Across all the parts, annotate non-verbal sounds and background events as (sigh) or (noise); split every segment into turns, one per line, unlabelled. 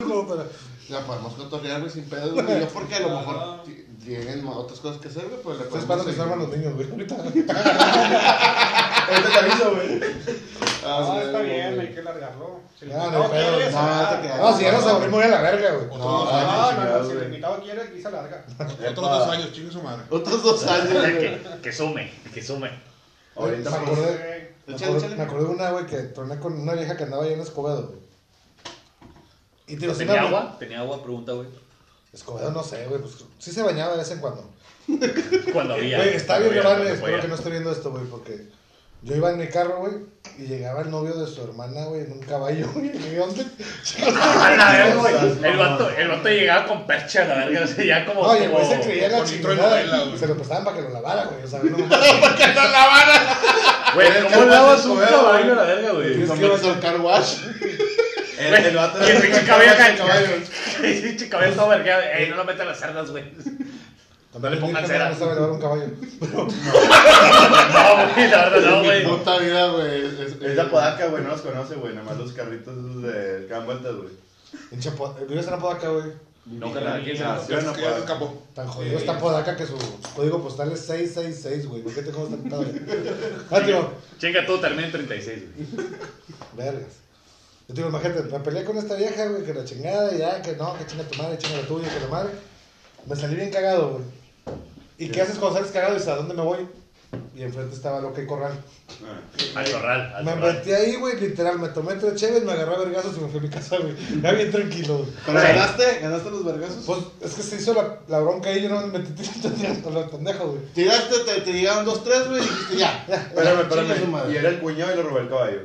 como para.
La podemos cotorrear, güey, sin pedo, güey. Yo porque a lo mejor ti- tienen otras cosas que hacer, güey, pero le
Estás
podemos
esperando que
seguir.
salgan los niños, güey. Ahorita. Ahorita te aviso, güey.
Ah,
No,
sí,
está
güey.
bien, hay que largarlo. Si el
No,
invitado
no, pero-
quiere, se
no,
larga.
te quedas.
No, si ya nos aburrimos voy a la verga, güey.
Otro-
No,
No,
Ay,
no, no,
chingado,
si el
güey.
invitado quiere, aquí se larga.
Otros dos años, chingue su madre.
Otros
(laughs)
dos años, güey.
Que, que sume, que sume.
Ahorita me
Sí,
acordé.
güey.
Échale,
Me acuerdo,
échale.
me acuerdo de una, güey, que troné con una vieja que andaba allá en Escobedo, güey. Y te digo, sí me
¿Tenía
aburrí-
agua? ¿Tenía agua? Pregunta, güey.
Escobedo no sé, güey. Pues, sí se bañaba de vez en cuando.
Cuando había.
Güey, está
cuando
bien
había,
grave,
cuando
espero que
podía.
no esté viendo esto, güey, porque yo iba en mi carro, güey, y llegaba el novio de su hermana, güey, en un caballo, güey. y dije, ¿Dónde?
(laughs) A la verga, güey. El vato, el vato llegaba con percha, la verga. O sea, ya como.
Oye,
como...
güey, se creía la
con intro de novela,
chingada.
güey.
Se lo prestaban para que lo lavara, güey. O sea, no mames.
Güey, ¿cómo
Era
lavas
el
un
caballo,
caballo, la verga, güey?
Tienes
Con
que
Mix
bañar-
del car
(laughs)
wash.
El, el vato. Y el pinche cabello acá. (laughs) El pinche cabello todo vergueado. Ey, no lo metas las cerdas, güey. (laughs) No le pongan
También
cera.
No sabe lavar un caballo.
No, güey, la verdad, no,
Mi
güey.
puta vida, güey. Es, eh, es-
Es de Apodaca, güey, no los conoce, güey. Nada más los carritos esos de que dan vueltas, güey.
Pinche po- Vives en Apodaca, güey.
No, carnal,
carnal,
Ah,
ya
no.
se-
Ya se
pues.
ya se escapó.
Tan jodido está Apodaca que su código postal es 666, güey. ¿Por qué te cómo está el pedo, güey? Ah, tío.
Chinga, tú termina en 36, güey.
Vergas. Yo te digo, imagínate, me peleé con esta vieja, güey, que la chingada, y ya, que no, que chinga tu madre, chinga la tuya, que la madre. Me salí bien cagado, güey. ¿Y qué haces cuando sales cagado? Dices, ¿a dónde me voy? Y enfrente estaba lo que corral.
Al corral, al
Me
corral.
metí ahí, güey, literal, me tomé tres chéves, me agarré a vergazos y me fui a mi casa, güey. Ya bien tranquilo, güey.
¿Pero
Güey.
ganaste? ¿Ganaste los vergazos?
Pues es que se hizo la, la bronca ahí, yo no me metí (laughs) tirando a los pendejos, güey.
Tiraste, te, te llegaron dos, tres, güey, y dijiste ya. ya,
Espérame,
ya, chinga su
espérame.
madre.
Y era el cuñado y le robó el caballo.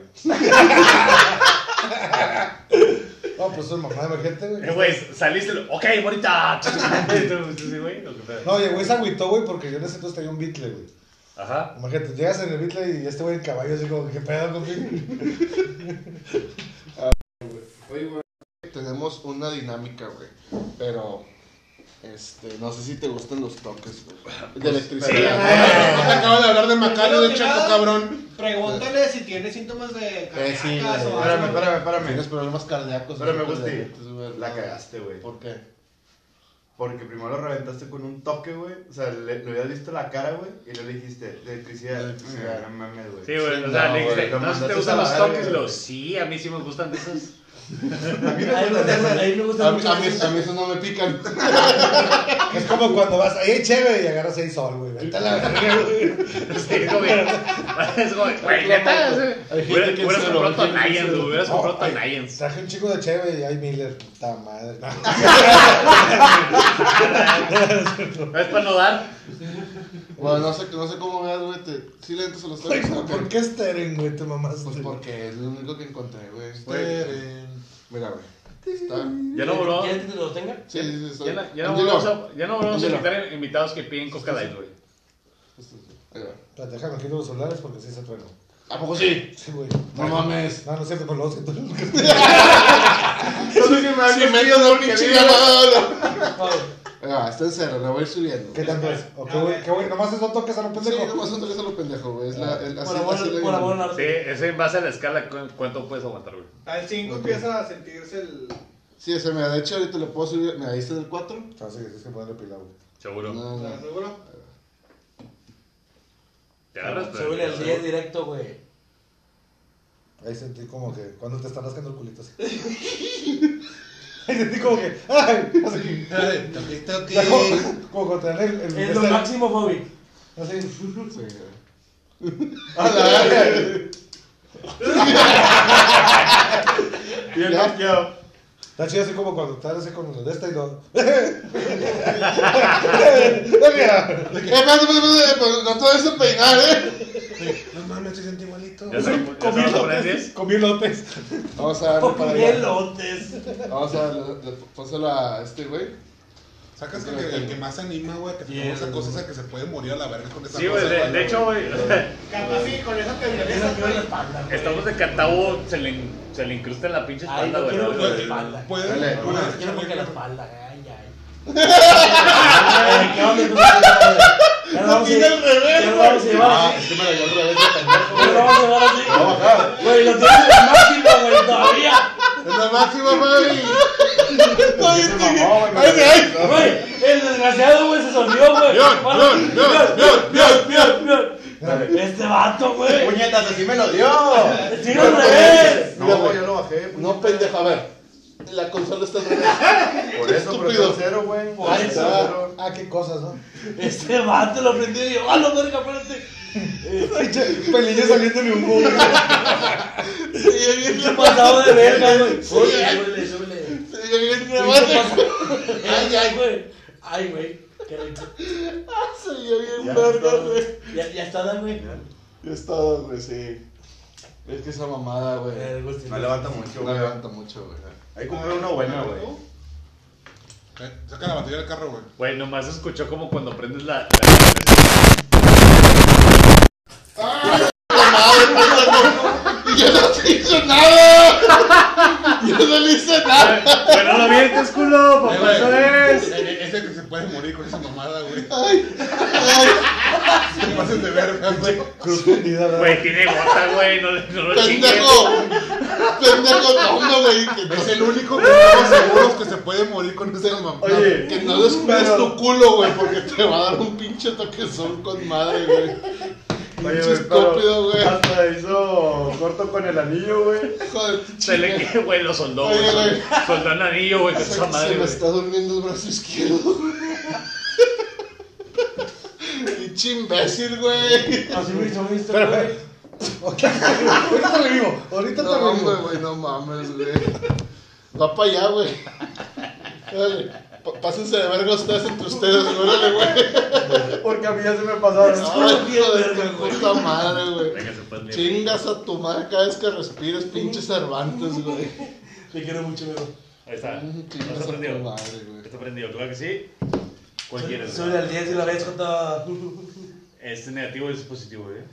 No, pues son mamá, imagínate,
Eh,
güey.
(laughs) güey, saliste. lo- Ok, ahorita. Sí, güey, lo que sea.
No, y el güey se agüitó, güey, porque yo en ese entonces tenía un bitle, güey.
Ajá.
Imagínate, llegas en el Beatle y este güey en caballo, así como, ¿qué pedo contigo?
Oye, güey, tenemos una dinámica, güey. Pero, este, no sé si te gustan los toques, güey. De electricidad.
Nos
(laughs)
acaban de hablar de Macario, de Chapo, cabrón.
Pregúntale si tiene síntomas de
Eh, sí,
cardíacas o
güey.
Espérame,
algo.
espérame, espérame.
Tienes problemas cardíacos.
Espérame,
güey,
Gusti.
diabetes, güey,
La
no.
cagaste, güey.
¿Por qué?
Porque primero lo reventaste con un toque, güey. O sea, le, le habías visto la cara, güey. Y luego le dijiste, de electricidad.
Electricidad.
Mm, No mames, güey.
Sí, güey, o
No,
sea, le
güey,
dijiste,
lo
no, si te
mandaste
gustan
a
los
la
toques,
verga,
los sí, a mí sí me gustan de esos.
güey. A mí me
A mí me
A mí,
me
gustan esas.
a, mí, a mí esos no me pican.
Es como cuando vas, ahí chévere, y agarras ahí sol, güey. Vete a la verga, güey.
Sí, es como que- (laughs) es como que, güey, neta, sí.
Hay gente
Hubieras
que
hubieras
se lo-
comprado
hay gente que se
Tonayans,
lo-
hubieras comprado
No, ay,
Tonayans.
Traje un chico de chévere y hay Miller, puta madre. (laughs)
¿No es para no dar?
Bueno, no sé, no sé cómo veas, güey. Te, sí le entras a los toques.
No,
¿o qué?
¿Por qué Steren, güey, te mamaste?
Pues porque es lo único que encontré, güey.
Güey.
Teren. Mira, güey. Está.
Ya no volvamos.
¿Quieres que te lo tenga?
Sí, sí, sí.
Ya no- ya no
Ángelo.
volvamos a- ya no volvamos a
Ángelo.
quitar invitados que piden coca light, güey.
Ahí va.
Espérate, déjame quito los celulares porque sí se truena.
¿A poco sí?
Sí, güey.
No mames.
No, no es cierto, por los que tú
Si me dio una pinche llamada. Ah, está en cero, la voy a ir subiendo.
(laughs) ¿Qué
güey.
tanto es? ¿O qué, güey? ¿Qué, güey? ¿Nomás esos toques a los
Sí, no
pendejos?
pasa otra vez a lo pendejo, güey. Es la, el, así,
Por amor,
así la-
por amor al
Sí,
arte.
ese en base a la escala, ¿cu- ¿cuánto puedes aguantar, güey?
Al 5
Ok.
empieza a sentirse el.
Sí, o sea, mira, de hecho ahorita lo puedo subir. Mira, ahí está en el 4.
No, Ah, sí, tienes que ponerle pila, güey.
No,
Seguro.
no.
¿Estás seguro?
Te agarras, pero-
Súbele al 10 directo, güey.
Ahí sentí como que cuando te están rascando el culito
(laughs)
así. Ahí sentí como que. ¡Ay! Así.
Toque, toque.
Ya Como, como cuando te dan el. el
Es lo
este,
máximo, Bobby.
Así.
(laughs) Sí, güey. A la verga.
Y el
Ya.
toqueo.
Está chido así como cuando te dan así con el de esta y lo. ¡Verga!
Eh, espérate, espérate, espérate, pues, no te vayas a peinar, eh.
No mames, se siente igualito.
¿Ya se lo- ya se
Comí
lo pones 10?
lotes. "Eh, Comí lotes.
Vamos a darle para
Bien
allá.
lotes.
Vamos a darle, pónselo a este güey.
Sacas el que, el que más se anima, güey, que te provoca cosas a que se puede morir a la verga con esa
Sí,
cosa.
güey, de, de hecho, güey,
Capaz sí, con esa te
Es lo que veo en la
violentas.
espalda, güey.
estamos de catabo, se le, in- se le incrusta en la pinche
Ay,
espalda,
no
güey.
quiero
algo,
que
güey.
la espalda.
Puede,
Dale.
No, no,
puede.
quiero porque la espalda. Ay,
(laughs)
ay. Ya lo
No
vamos a
tiene al revés,
ya lo vamos a llevar
Ah,
así.
es que me la dio al revés de pendejo,
Ya lo
güey.
vamos a llevar así. Güey, lo tienes al máximo, güey, todavía.
Es la máxima, güey.
Güey, el desgraciado, güey, se sonrió, güey.
León, León, León, León,
León, León, León. Este vato, güey.
¡Puñetas, así me lo dio!
Tiro al revés.
No, güey, yo lo bajé.
No, pendejo, a ver. La consola está en regla.
Por eso, por
estúpido.
eso cero, güey.
Por eso.
Ah, ah, qué cosas, ¿no?
Este vato lo prendió y yo, a la verga, espérate.
Pelillo saliendo de un cubo.
Pinche pasado de verga, güey. Súbele, súbele. Pinche pasado- Ay, ay, güey. Ay, güey. Qué rico.
Se vio bien
Ya,
verga,
todo.
güey.
Ya, ya está, Dan, güey.
Ya está, güey, sí. Es que esa mamada, güey.
Eh, güey, sí.
No levanta mucho,
No
güey.
levanta mucho, güey.
Ahí compré una buena, güey.
Eh, Saca la batería del carro, güey.
Güey, nomás se escuchó como cuando prendes la. la-
¡Y yo no te hice nada! (laughs) ¡Yo no le hice nada!
Güey, no lo vientes, culo,
Eh,
papá,
güey,
eso es.
eh, Es el que se puede morir con esa mamada, güey.
Ay,
Te pases de verga, güey.
Cruz fundida, ¿verdad?
Güey, tiene gota, güey, no, le- no lo chingues.
¡Pendejo! ¡Pendejo, no, no, güey! Que no,
Es el único que tenemos seguros que se puede morir con esa mamada.
Oye.
que no descubres tu culo, güey, porque te va a dar un pinche toquezón con madre, güey.
Oye,
Pinche
güey,
estúpido, güey.
pero Hasta hizo corto con el anillo, güey.
Hijo de tu
Se le
chinga.
que, güey, lo soldó,
Oye,
güey.
güey.
Soldó el anillo, güey, con esa
Se
madre,
me
güey.
está durmiendo el brazo izquierdo, güey. (laughs) Pinche imbécil, güey.
Así me hizo, ¿viste,
Espera,
güey?
espera. Ok, Ahorita te vivo. Ahorita
No
te
mames,
vivo.
güey, no mames, güey. Va para allá, güey. Dale. pa- Pásense de verga ustedes entre ustedes, güey. Dale, güey.
Porque a mí ya se me pasaron.
Ay, hijo de tu puta madre, güey.
Venga, se puede.
Chingas a tu madre cada vez que respires, pinche Cervantes, güey.
Te quiero mucho, güey.
Ahí está.
Mm,
Chingas
Está
a tu
prendido.
madre, güey.
Está prendido, claro que sí. ¿Cuál quieres? güey?
Sube al 10 y la ves cuando.
Este negativo es positivo, ¿eh?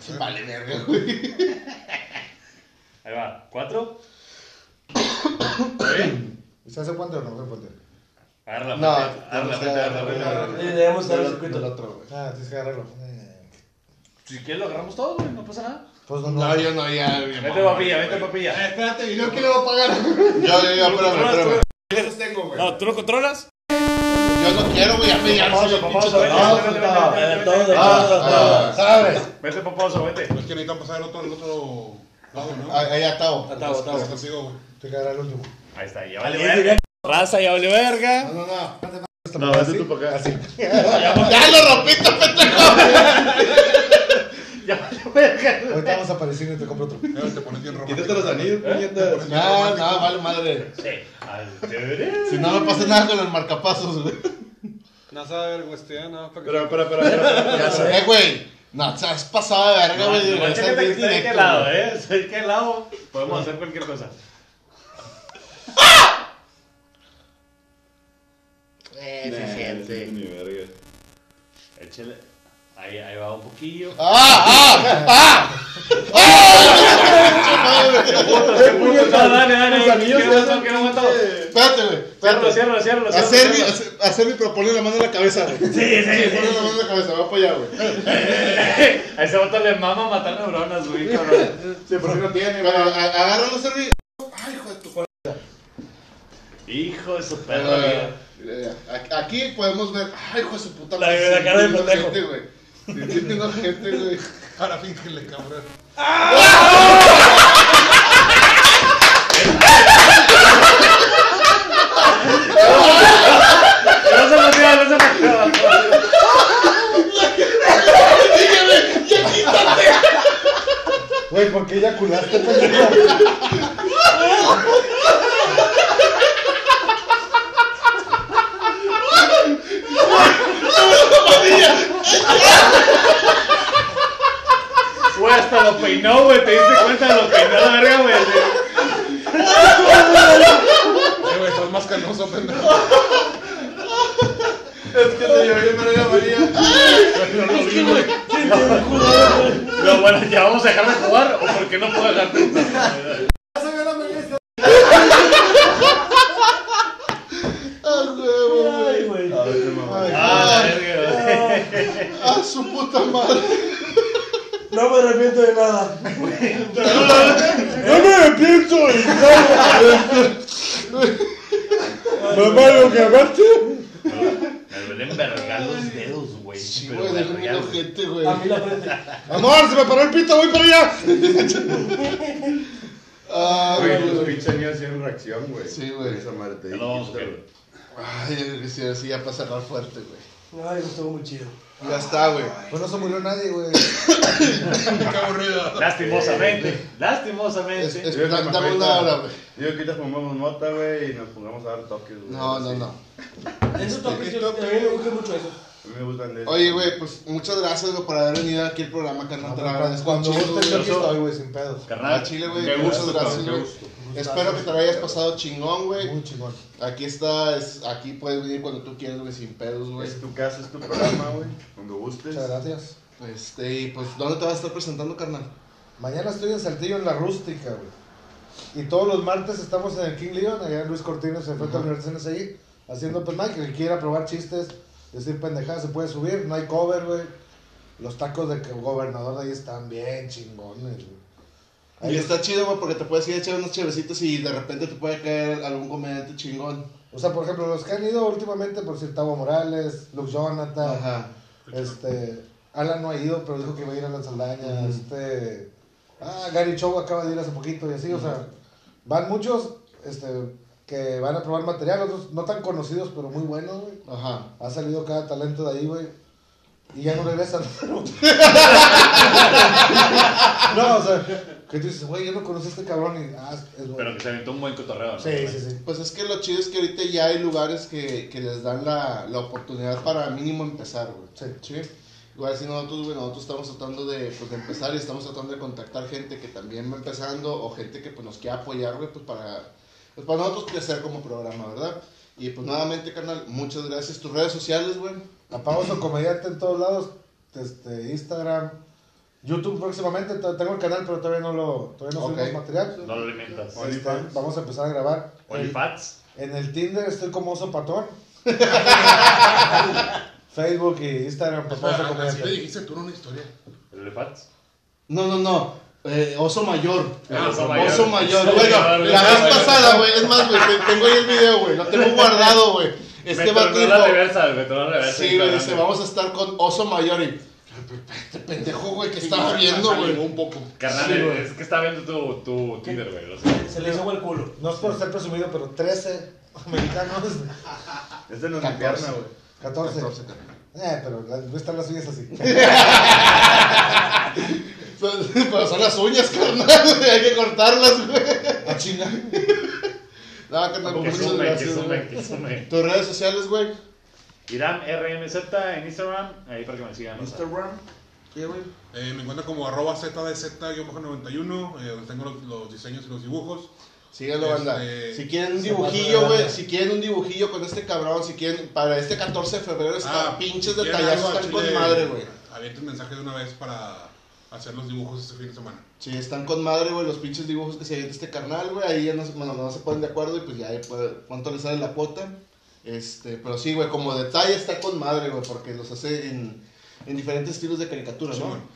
¿Seguro?
Vale, verga, güey.
Ahí va. (coughs) ¿Cuatro? ¿Está bien?
¿Se hace puente o no se puente?
Agarra la
No,
frente, agarra la
tenemos que
frente, agarra la
agarrar,
frente,
güey,
agarra la
agarrar.
frente.
Debemos estar en el
Del- del
circuito.
otro, güey.
Ah, tienes que agarrarlo. Eh,
Si quieres lo agarramos todo, güey, no pasa nada.
Pues no, no.
No, yo no, ya, mi
Vete
mamá.
papilla, vete papilla.
Espérate, ¿y no que le va a pagar? Yo, yo, yo, espérame, espérame.
No, ¿tú lo controlas?
Yo no quiero, güey, ya me llamas a los pinches
Paposo, vete,
trabajos.
vete, vete, vete, vete, vete, vete.
Ah, ah,
¿Sabes?
Vete, paposo, vete.
Es que necesitan pasar al otro, al otro lado, ¿no?
ah, ahí atado.
Atado, atado.
Hasta consigo, güey.
Te quedará el último.
Ahí está, ya vale verga. Raza, ya vale verga.
No, no, no.
No, vete tú para acá.
Así.
Ya lo rompiste, pendejo.
(laughs) Ya vale verga.
Ahorita vamos a aparecer y te compro otro.
Eh, Te pones bien romántico.
Quítate los anillos, puñetas.
No, no, vale madre.
Sí. Al deber.
Si no, no pasa nada con el marcapasos, güey.
No sabe vergüenza, no. porque-
Pero, pero, pero, pero.
Ya sé, Eh, güey. No, o sea, es pasada de verga,
No,
güey.
igual
Regresa
chécate que
bien
está de qué
directo,
lado,
güey.
¿eh? Sé de qué lado podemos hacer cualquier cosa.
Eh, sí, sí, sí.
Ni verga.
Échale. Ahí, ahí va un poquillo.
¡Ah, ah, ah!
No, dale, dale.
Los anillos
¿Qué
te
aguantó?
hacen
¿Qué aguantó?
pinche-
Espérate, güey.
Cierro,
Espérate.
cierro, cierro. cierro,
Hacer
cierro.
hacer mi propone la mano en la cabeza, güey. Sí,
Sí, sí, sí.
pone la mano en la cabeza, va para allá, güey.
(laughs) A ese vato le mama matar neuronas, güey, cabrón.
Sí, pero no tiene,
Bueno,
güey.
a- agárralo, Servi.
Hijo de su perro,
Pero,
güey.
mira, ya. Eh, Aquí podemos ver. ¡Ay, hijo de su puta
La- la cara de
Sintiendo
pendejo.
gente, güey. Sintiendo gente, güey.
Ahora fíjenle, cabrón.
No se motiva, no se motiva.
Güey, ¿por qué eyaculaste, pendejo?
Güey, hasta Pues, lo peinó, güey. Te diste cuenta, lo peinó la verga, güey.
Eh, güey, estás más canoso, pendejo.
Es que se llevó bien, María María.
Es que, güey, sí, tiene un culo, güey.
No, bueno, ya vamos a dejar de jugar. ¿O por qué no puedo dejar de jugar?
¡Ah, huevo, güey!
Ay, güey.
Ah, la verga, güey.
¡Ah, su puta madre!
No me arrepiento de nada. No me arrepiento de nada.
Güey,
Mamá, lo que amaste.
Me duelen vergar los dedos, güey.
Sí,
pero
güey, déjame la
vergados.
gente, güey.
A mí la frente.
Amor, se me paró el pito, voy para allá.
Ah,
Güey,
güey.
los pinches niños hacían reacción, güey.
Sí, güey.
Esa madre te
Ya lo vamos a
dijiste,
ver.
güey.
Ay, yo quisiera así ya para cerrar fuerte, güey.
Ay, estuvo muy chido.
Ya está, güey.
Pues no se murió nadie, güey.
Qué aburrido.
Lastimosamente,
Eh, Es,
lastimosamente.
es,
Yo
dame
me
dame
acuerdo.
una hora, güey.
Digo que te fumamos mota, güey, y nos pongamos a dar toques, güey.
No, no,
así.
no.
Eso toque, yo también me gusta mucho eso.
A mí me gustan de esos.
Oye, güey, pues muchas gracias, güey, por haber venido aquí al programa, carnal. Te lo agradezco un
Cuando
chingo,
vos te
güey.
aquí estoy, güey, sin pedos.
Carnal,
Ah, Chile, güey.
Qué
Muchas
gusto,
gracias,
cabrón, qué
güey.
gusto.
Espero que te lo hayas pasado chingón, güey.
Muy chingón.
Aquí está, es- aquí puedes venir cuando tú quieras, güey, sin pedos, pues, güey.
Es tu casa, es tu programa, güey. Cuando gustes.
Muchas gracias.
Este, y pues, ¿dónde te vas a estar presentando, carnal?
Mañana estoy en Saltillo en la rústica, güey. Y todos los martes estamos en el King Leon, allá en Luis Cortino, se enfrenta a la Universidad ahí, haciendo open mic. El que quiera probar chistes, decir pendejadas, se puede subir. No hay cover, güey. Los tacos de gobernador de ahí están bien chingones, güey.
y
Ahí
está chido, güey, porque te puedes ir a echar unos chevecitos y de repente te puede caer algún comediante chingón.
O sea, por ejemplo, los que han ido últimamente, por decir, Tavo Morales, Luke Jonathan,
Ajá.
este, Alan no ha ido, pero dijo que iba a ir a la Saldaña, este, ah, Gary Chow acaba de ir hace poquito y así, o sea, van muchos, este, que van a probar material, otros no tan conocidos, pero muy buenos, güey.
Ajá.
Ha salido cada talento de ahí, güey. Y ya no regresan. (laughs) no, o sea, que tú dices, güey, yo no conocí a este cabrón y, ah, es bueno.
Pero que se aventó un buen cotorreo. ¿no?
sí, sí, sí.
Pues es que lo chido es que ahorita ya hay lugares que, que les dan la, la oportunidad para mínimo empezar, güey.
Sí.
Igual si nosotros, güey, nosotros estamos tratando de, pues, de empezar y estamos tratando de contactar gente que también va empezando o gente que pues, nos quiera apoyar, güey, pues para, pues para nosotros crecer como programa, ¿verdad? Y pues nuevamente, carnal, muchas gracias. Tus redes sociales, güey.
Apagoso Comediante en todos lados, este, Instagram, YouTube próximamente, to- tengo el canal pero todavía no lo, todavía no subimos
Ok.
material.
No lo alimentas.
Este, vamos a empezar a grabar.
Olifats.
En el Tinder estoy como Oso Patón. Facebook y Instagram,
(laughs)
Apagoso
Así le
Comediante.
dijiste tú en una historia.
Olifats.
No, no, no. Eh, oso mayor.
Ah, Oso
oso
Mayor.
mayor.
Oso
Bueno, la
Mayor, Oso
vez
Mayor.
pasada, güey. Es más, güey, te- tengo ahí el video, güey. Lo tengo guardado, güey. Este
me
vato
tornó la
dijo...
reversa, me tornó la reversa.
Sí, güey, este dice, vamos a estar con oso mayor y... Este pendejo, güey, que
(laughs)
estaba viendo, güey.
Un poco.
Carnal,
Sí, güey.
es que está viendo tu, tu Tinder, güey. lo sé.
Se le hizo agua el culo.
No es por ser presumido, pero 13 mexicanos,
Es de los de pierna, güey.
14.
14, carnal.
Eh, pero la- están las suyas
(laughs)
así.
(laughs) Son- Pero son las uñas, carnal. Hay que cortarlas, güey.
Ah,
A chingar. No, carnal,
Que
muchas
sume, que
gracias,
sume,
güey.
que sume.
Tus redes sociales, güey.
Iram RMZ en Instagram, ahí para que me sigan. o sea.
Instagram.
Eh, me encuentro como arroba zdz-91, eh, donde tengo los, los diseños y los dibujos.
Síguelo, banda.
Este-
Si quieren un
Zapato
dibujillo,
de
güey.
banda.
Si quieren un dibujillo con este cabrón. Si quieren. Para este 14 de febrero está
Ah,
pinches
si quieren
detallazos.
algo,
Están
Chile,
con madre, güey.
Avienta un mensaje de una vez para hacer los dibujos este fin de semana.
Sí, están con madre, güey. Los pinches dibujos que se avienta este carnal, güey. Ahí ya no, se- bueno, no se ponen de acuerdo. Y pues ya ahí puede- cuánto le sale la cuota. Este, pero sí, güey. Como detalle está con madre, güey. Porque los hace en, en diferentes estilos de caricatura, ¿no?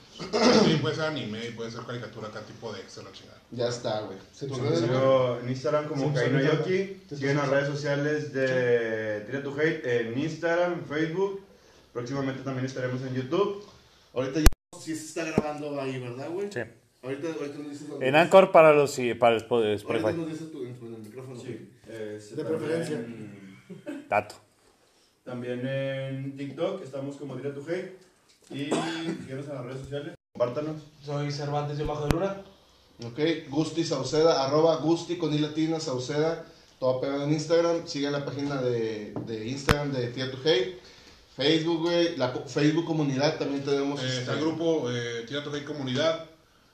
Sí, puede ser anime y puede ser caricatura acá tipo de Excel, la chingada.
Ya está, güey.
Sí,
¿Tus
sí,
redes,
sí.
güey?
Yo en Instagram como
Sí,
Kaino
sí, sí.
Yoki.
Sí, sí,
Siguen las
sí.
redes sociales de Tira tu Hate en Instagram, Facebook. Próximamente también estaremos en YouTube.
Ahorita ya. Sí se está grabando ahí, ¿verdad, güey?
Sí.
Ahorita, ahorita nos dices. dónde.
En Anchor para los sí, para el Spo-
Ahorita
Spotify.
nos dices tú en en el micrófono. güey.
De
De preferencia.
Dato.
También en TikTok estamos como Tira tu Hate. Y síguenos en las redes sociales. Compártanos.
Soy Cervantes de Bajo de Luna.
Ok, Gusti Sauceda, arroba Gusti con i latina, Sauceda, todo pegado en Instagram. Sigue la página de, de Instagram de Tía Tu Hey. Facebook, güey, la co- Facebook comunidad también tenemos.
Eh,
este,
está el grupo eh, Tira tu Hate Comunidad.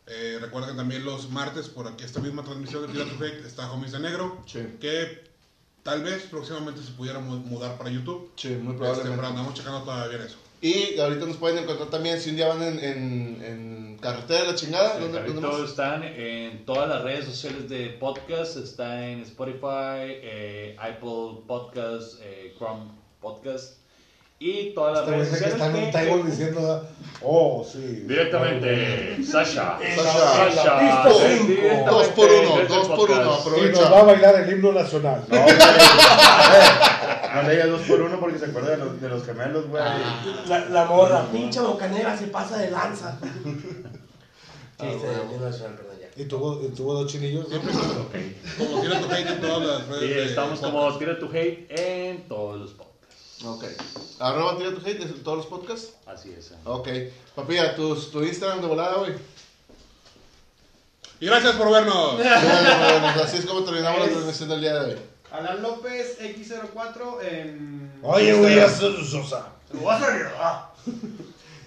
Eh, recuerden también los martes por aquí esta misma transmisión de Tira tu Hate está Homies de Negro.
Sí,
Que tal vez próximamente se pudiera mu- mudar para YouTube.
sí, muy
Este,
probablemente.
pero andamos checando todavía en eso.
Y ahorita nos pueden encontrar también si un día van en, en, en carretera de la chingada. ¿dónde- dónde
Ahorita
más?
están en todas las redes sociales de podcast, está en Spotify, eh, Apple Podcast, eh, Chrome Podcast y todas las
Este güey
redes
dice que está
sociales.
en un
de
table
Facebook.
diciendo, oh, sí.
Directamente, Sasha.
(laughs) Sasha.
Sasha.
Dos,
directamente
dos por uno,
desde
dos
el
por uno,
podcast.
Y nos va a
aprovecha.
bailar el himno nacional.
(laughs) No, (laughs) güey. No le digas dos por uno porque se acuerda de los, de los gemelos, güey.
La, la morra, pinche bocanera se pasa de lanza. Sí,
Ah,
sí,
huevo.
sí, no es real, perdón, ya.
Y tuvo, y tuvo dos chinillos.
Siempre como, como tiene tu hate en todas las redes.
Y
eh,
de-
estamos como Tira tu Hate en todos los podcasts.
Ok. Arroba tira tu hate en todos los podcasts.
Así es. ¿eh?
Ok. Papilla, tus- tu Instagram de volada, güey.
Y gracias por vernos.
Bueno, bueno, así es como terminamos la transmisión del día de hoy.
Alan López X04 en.
Oye, güey, ya se- Sosa.
Ah.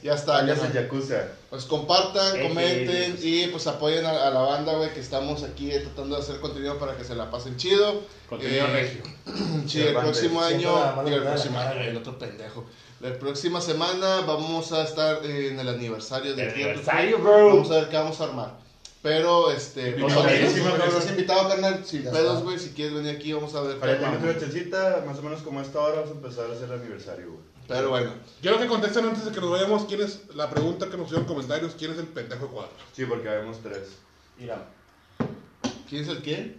Ya está, ya
Alias
está.
el Yakuza.
Pues compartan,
X.
comenten y pues apoyen a, a la banda, güey, que estamos aquí eh, tratando de hacer contenido para que se la pasen chido.
Contenido
Eh,
regio.
Sí, el
Siempre
próximo
la
año,
mano
digo, el
de la
próximo
cara,
año,
güey.
el otro pendejo. La próxima semana vamos a estar en el aniversario de
El
Tía Tutu.
aniversario, bro.
Vamos a ver qué vamos a armar. Pero, este, pues,
Invitado,
ahorita-
buenísimo,
estás invitado, carnal, sin
Ya
pedos,
está.
güey, si quieres venir aquí, vamos a ver. qué
Para tener
armamos.
una chancita, más o menos como a esta hora vamos a empezar a hacer el aniversario, güey.
Pero bueno,
Quiero que contesten antes de que nos vayamos quién es la pregunta que nos hicieron en comentarios, quién es el pendejo de cuadro.
Sí, porque habemos tres.
Mira,
¿quién es el quién?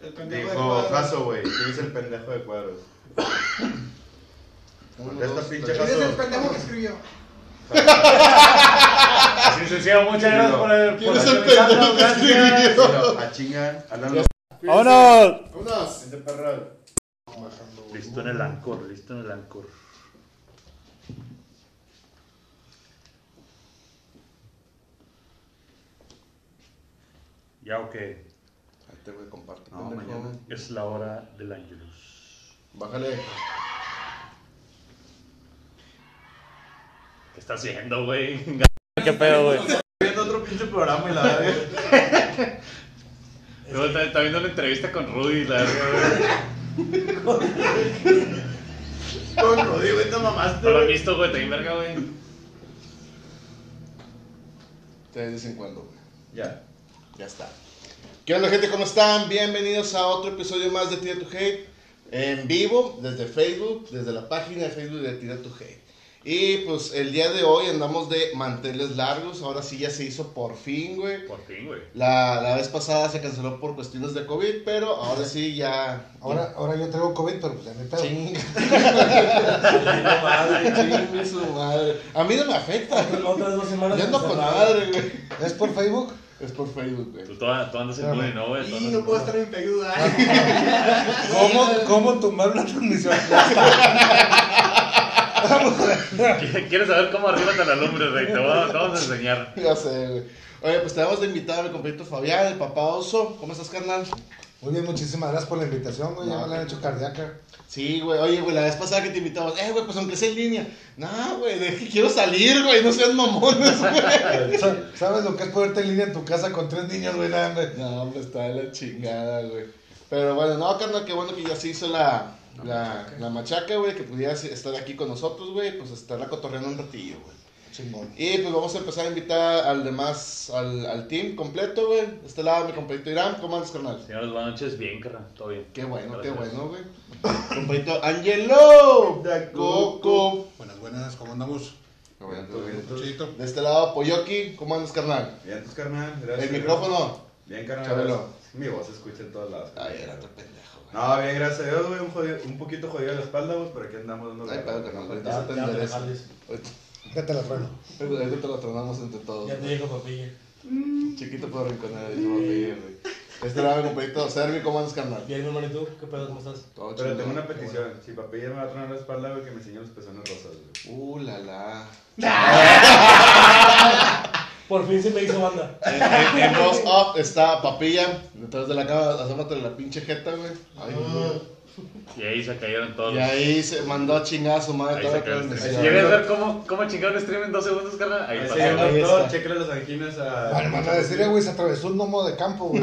El pendejo de
Dijo
cuadros.
Jaso, güey. ¿Quién es el pendejo de cuadros? Contesta,
Uno, dos,
pinche
tres.
¿Quién
(laughs)
es el
Jaso.
pendejo que escribió?
Así se cierra. Muchas gracias por el.
¿Quién
por
es el
sintonizarnos,
pendejo que
gracias.
escribió?
Bueno, A chingan, Alan los
¡Vámonos!
Vámonos.
Vente, perro.
Listo en el Ancor, listo en el Ancor. Ya, ok.
Ahí te voy a compartir.
No, mañana es la hora del Angelus.
Bájale.
¿Qué está haciendo,
(laughs)
güey?
¿Qué pedo, güey?
Viendo otro pinche programa y la verdad.
Luego está, está viendo una entrevista con Rudy. La verdad,
Con Rodrigo, güey, te mamaste,
no lo has
güey.
visto, güey. Te di verga, güey.
Te ves de vez en cuando, güey.
Ya.
Ya está. ¿Qué onda, gente? ¿Cómo están? Bienvenidos a otro episodio más de Tira tu Hate en vivo desde Facebook, desde la página de Facebook de Tira tu Hate. Y pues el día de hoy andamos de manteles largos. Ahora sí ya se hizo por fin, güey.
Por fin, güey.
La, la vez pasada se canceló por cuestiones de COVID, pero ahora sí ya.
(laughs) Ahora, ahora yo traigo COVID, pero pues ya me pedo. (laughs)
Chinga. (laughs) Chingue su madre. A mí no me afecta.
otras dos semanas.
Yo ando con
encerrado.
madre, güey.
¿Es por Facebook?
Es por Facebook, güey.
Tú, toda- tú andas en Rudy, ¿no, güey? Tú
Y
andas
Ah, no
en-
puedo estar en peluda.
¿Cómo, cómo tumbar una transmisión?
(laughs) ¿Quieres saber cómo arriba la lumbre, rey? Te va- te vamos a enseñar.
(laughs) Ya sé, güey. Oye, pues te vamos de invitar a mi compañero Fabián, el papá oso. ¿Cómo estás, carnal?
Muy bien, muchísimas gracias por la invitación, güey. Ya
No.
me la han hecho cardíaca. (laughs)
Sí, güey. Oye, güey, la vez pasada que te invitamos, eh, güey, pues aunque sea en línea. No, güey, de que quiero salir, güey, no seas mamones, (laughs) güey.
Sa- ¿Sabes lo que es ponerte en línea en tu casa con tres niños, güey? Nada, güey.
No, hombre, está de la chingada, güey. Pero bueno, no, carnal, qué bueno que ya se hizo la, la, la machaca, güey, que pudieras estar aquí con nosotros, güey, pues estarla cotorreando un ratillo, güey.
Chingón.
Y pues vamos a empezar a invitar al demás, al, al team completo, güey. De este lado, mi compañero Irán, ¿cómo andas, carnal?
Señores, buenas noches. Bien, carnal. Todo bien.
Qué bueno, qué
Gracias.
bueno, güey. Compañito Angelo.
Da
Coco.
Buenas, buenas, ¿cómo andamos?
Pues,
Chidito.
De este lado, Poyoki. ¿Cómo andas, carnal?
Bien, tus carnal. Gracias.
El
güey.
micrófono.
Bien, carnal.
Chabelo.
gracias. Mi voz se escucha en todos lados.
Ay, era otro pendejo, güey.
No, bien, gracias a Dios, güey. Un, jodido- un poquito jodido de la espalda, güey, pero aquí andamos dando
Ay, espérate, no, ahorita se te
Ya te
endereza.
jales.
Ahorita-
Ya te la freno.
Ahorita te lo tronamos entre todos.
Ya te dijo papilla.
Chiquito por rinconar, dice papi, güey. De este lado, mi compañito Servi, ¿cómo andas, carnal?
Bien, mi hermano, ¿y tú? ¿Qué pedo? ¿Cómo estás?
Todo
Pero
chido.
tengo una petición. Si papi ya me va a tronar la espalda, güey, que me enseñe los pezones rosas, güey.
Uh, la la.
Por fin se me hizo banda.
En, en, en Rose Up está Papilla, detrás de la cama, asámatele la pinche jeta, güey. Ay, güey.
Y ahí se cayeron todos.
Y ahí se mandó a chingar a su madre
Ahí
toda
se
la
cayeron.
transmisión.
Si quieres ver cómo, cómo chingar un stream en dos segundos, carnal, ahí
Ahí
pasa.
se llama
ahí
todo,
está.
chécale las anginas a.
Bueno, me van Ah, a decir, güey, se atravesó un gnomo de campo, (laughs) güey.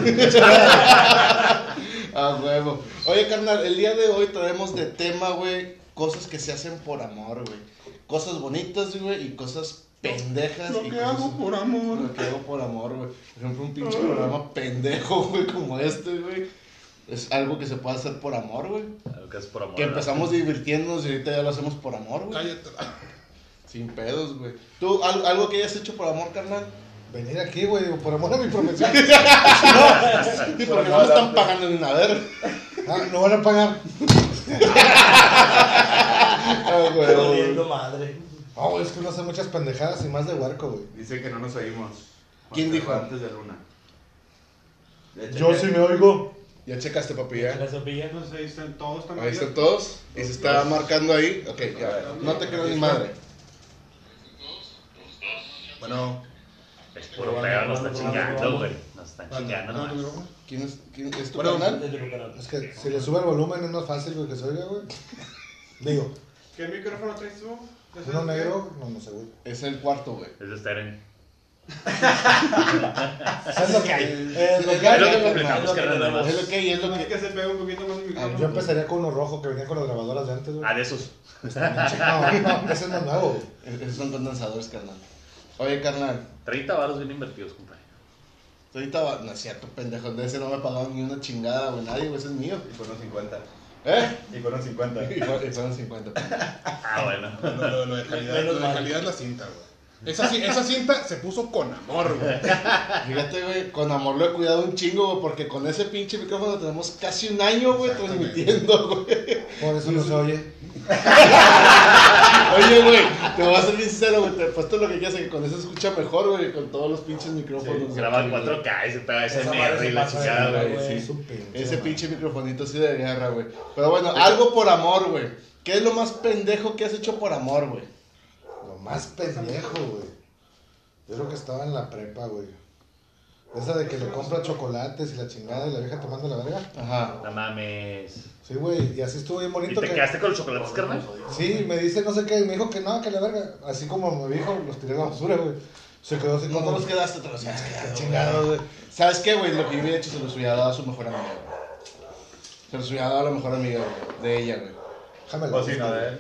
A huevo. Oye, carnal, el día de hoy traemos de tema, güey, cosas que se hacen por amor, güey. Cosas bonitas, güey, y cosas pendejas.
Lo
y
que
cosas-
hago por amor.
Lo que hago por amor, güey. Por ejemplo, un pinche (laughs) programa pendejo, güey, como este, güey. Es algo que se puede hacer por amor, güey.
Ok. que es por amor.
Que
¿verdad?
empezamos divirtiéndonos y ahorita ya lo hacemos por amor, güey.
Cállate.
Sin pedos, güey. ¿Tú al- algo que hayas hecho por amor, carnal?
Venir aquí, güey, por amor a mi profesión.
Sí, porque no me están pagando ni nada. ver.
Ah, no van a pagar.
Ah, güey, güey.
Doliendo madre.
No, güey, es que uno hace muchas pendejadas y más de huerco, güey.
Dice que no nos oímos. Juan
¿Quién
Carlos
dijo?
Antes de Luna.
Yo sí me oigo.
Ya checaste, papi, ya.
La sopilla.
No sé, ahí están todos están
Ahí están
abiertos.
todos. Y se está marcando ahí. Ok, ya. No te creas ni madre.
Bueno,
Es puro pedo, nos están chingando, güey. Nos están chingando,
¿no te
nomás.
grabo?
¿Quién es, quién es tu
Bueno,
carnal?
Desde Lucarán.
Es que si le sube el volumen es más fácil, güey, que se oiga, güey. Digo,
¿Qué micrófono traes tú? ¿Ya
uno
sabes?
negro, no, no sé, güey.
Es el cuarto, güey.
Es de Steren.
¿Sabes lo que hay? Eh, lo que
Es
hay,
lo que
carnal.
completamos, carnal, nada más.
Es lo que hay, es lo
Nada más
que.
que se pega un poquito más el micrófono.
Yo empezaría con uno rojo que venía con las grabadoras de antes, güey.
Ah, de esos.
No, no, ese es más nuevo, güey.
Esos son condensadores, carnal. Oye, carnal.
30 baros bien invertidos, compadre.
Ahorita va. No es cierto, pendejo. De ese no me ha pagado ni una chingada, güey. Nadie, güey. Ese es mío.
Y fueron 50.
¿Eh?
Y fueron 50.
(laughs) Y fue- y fueron 50.
Ah, bueno.
Lo, lo- lo de calidad,
Menos
lo de
mal.
calidad es la cinta, güey. Esa, ci- esa cinta se puso con amor, güey.
Fíjate, güey, con amor lo he cuidado un chingo, güey, porque con ese pinche micrófono tenemos casi un año, güey,
Exactamente.
transmitiendo, güey.
Por eso no se oye.
Oye, güey, te voy a ser bien sincero, güey, te apuesto lo que quieras a que con eso escucha mejor, güey, con todos los pinches micrófonos. güey.
Graba en 4K y se pega
Esa madre
SMR y
se
la
pasa de
chingada,
verga,
güey.
güey.
Es un pinche,
Ese
madre.
pinche microfonito sí de guerra, güey. Pero bueno, algo por amor, güey. ¿Qué es lo más pendejo que has hecho por amor, güey?
Lo más pendejo, güey. Yo creo que estaba en la prepa, güey. Esa de que le compra chocolates y la chingada y la vieja tomando la verga.
Ajá.
No mames.
Sí, güey, y así estuvo bien
¿Y
bonito.
te
que-
quedaste con los chocolates, carnal?
Sí, me dice no sé qué, y me dijo que no, que la verga. Así como me dijo, los tiré a la basura, güey. Se quedó así
No,
como...
no los quedaste, te los habías quedado,
Qué
Ah, güey.
chingado, güey.
¿Sabes qué, güey? Lo que yo hubiera hecho se los hubiera dado a su mejor amiga, güey. Se los hubiera dado a la mejor amiga, güey, de ella, güey.
Déjamelo.
O si no,
eh.
¿eh? de él.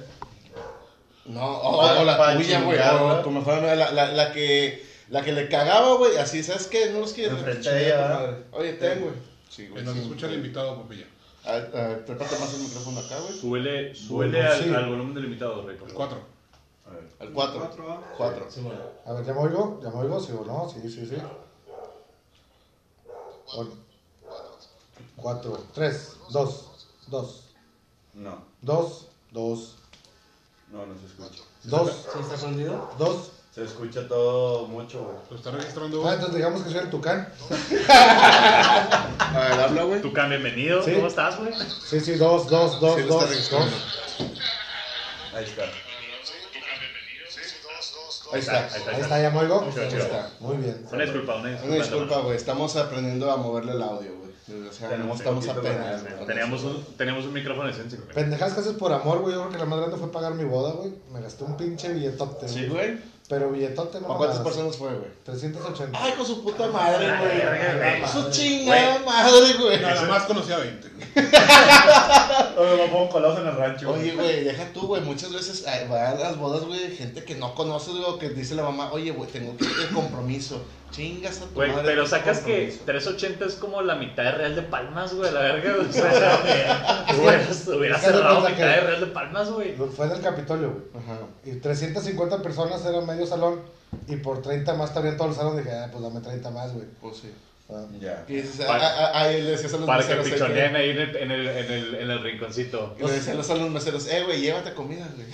No, oh, o,
Pa-
o la
pa'
tuya, güey.
chingar,
o
¿verdad?
tu mejor amiga, la, la, la que, la que le cagaba, güey. Así, ¿sabes qué? No los quiero.
Enfrente a ella, ¿verdad?
Oye, ten, güey. Sí,
Que Nos
sí.
escucha el invitado, papilla.
A ver, a ver, trépate más el micrófono acá, güey.
Suele,
Bueno,
al,
sí.
al volumen delimitado, Rey, por favor.
Cuatro.
Al 4.
Cuatro, ah.
4.
Sí, bueno.
A ver, ¿ya me oigo? ¿Ya me oigo? ¿Sí o no? Sí, sí, sí. O- Cuatro, tres, dos, dos,
No,
dos, dos,
no, no se escucha.
dos,
¿Sí está escondido?
dos.
Se escucha todo mucho, güey.
Lo está registrando,
Ah,
güey.
entonces digamos que soy el tucán.
A ver, habla, güey.
Tucán, bienvenido.
Sí.
¿Cómo estás, güey?
Sí, sí, dos, dos, dos,
Sí, lo está
dos,
registrando.
dos.
Ahí está.
Ahí está.
Ahí está, ahí
Ahí
está.
está, ¿ya me oigo?
Ahí está.
Muy bien.
Una disculpa, una disculpa.
Una disculpa, güey. Estamos aprendiendo a moverle el audio, güey. Desgraciadamente
Tenemos
estamos
poquito
apenas.
con
güey.
Teníamos un, teníamos un micrófono esencial, güey.
Pendejas que haces por amor, güey. Yo creo que la más grande fue pagar mi boda, güey. Me gasté un pinche billetote.
Sí, güey.
Pero billetote no.
¿A cuántas
mamadas.
personas fue, güey?
380.
Ay, con su puta madre,
Ay,
güey.
güey.
Su chingada madre, güey.
Nada más conocía 20.
Oye, me pongo colados en el rancho.
Oye, güey, deja tú, güey. Muchas veces ay, va a las bodas, güey, gente que no conoces, güey, o que dice la mamá, oye, güey, tengo que ir de compromiso. Chingas a tu
Güey,
madre.
pero
qué
sacas que
compromiso.
380 es como la mitad de Real de Palmas, güey, la verga, güey. O sea, hubieras, hubieras
Es que
cerrado
no
mitad
pasa que-
de Real de Palmas, güey.
Fue en el Capitolio, güey.
Ajá.
Y 350 personas era medio salón. Y por 30 más también todo el salón. Dije, ah, pues dame 30 más, güey.
Pues sí.
Ah.
Ya.
Y dices,
Para-
ah, ah, ah, y le decías a los
Para que Pues
meseros. eh,
pichoneen ahí en el, en el, en el, en el rinconcito.
que- y le decías a los meseros, eh, güey, llévate comida, güey.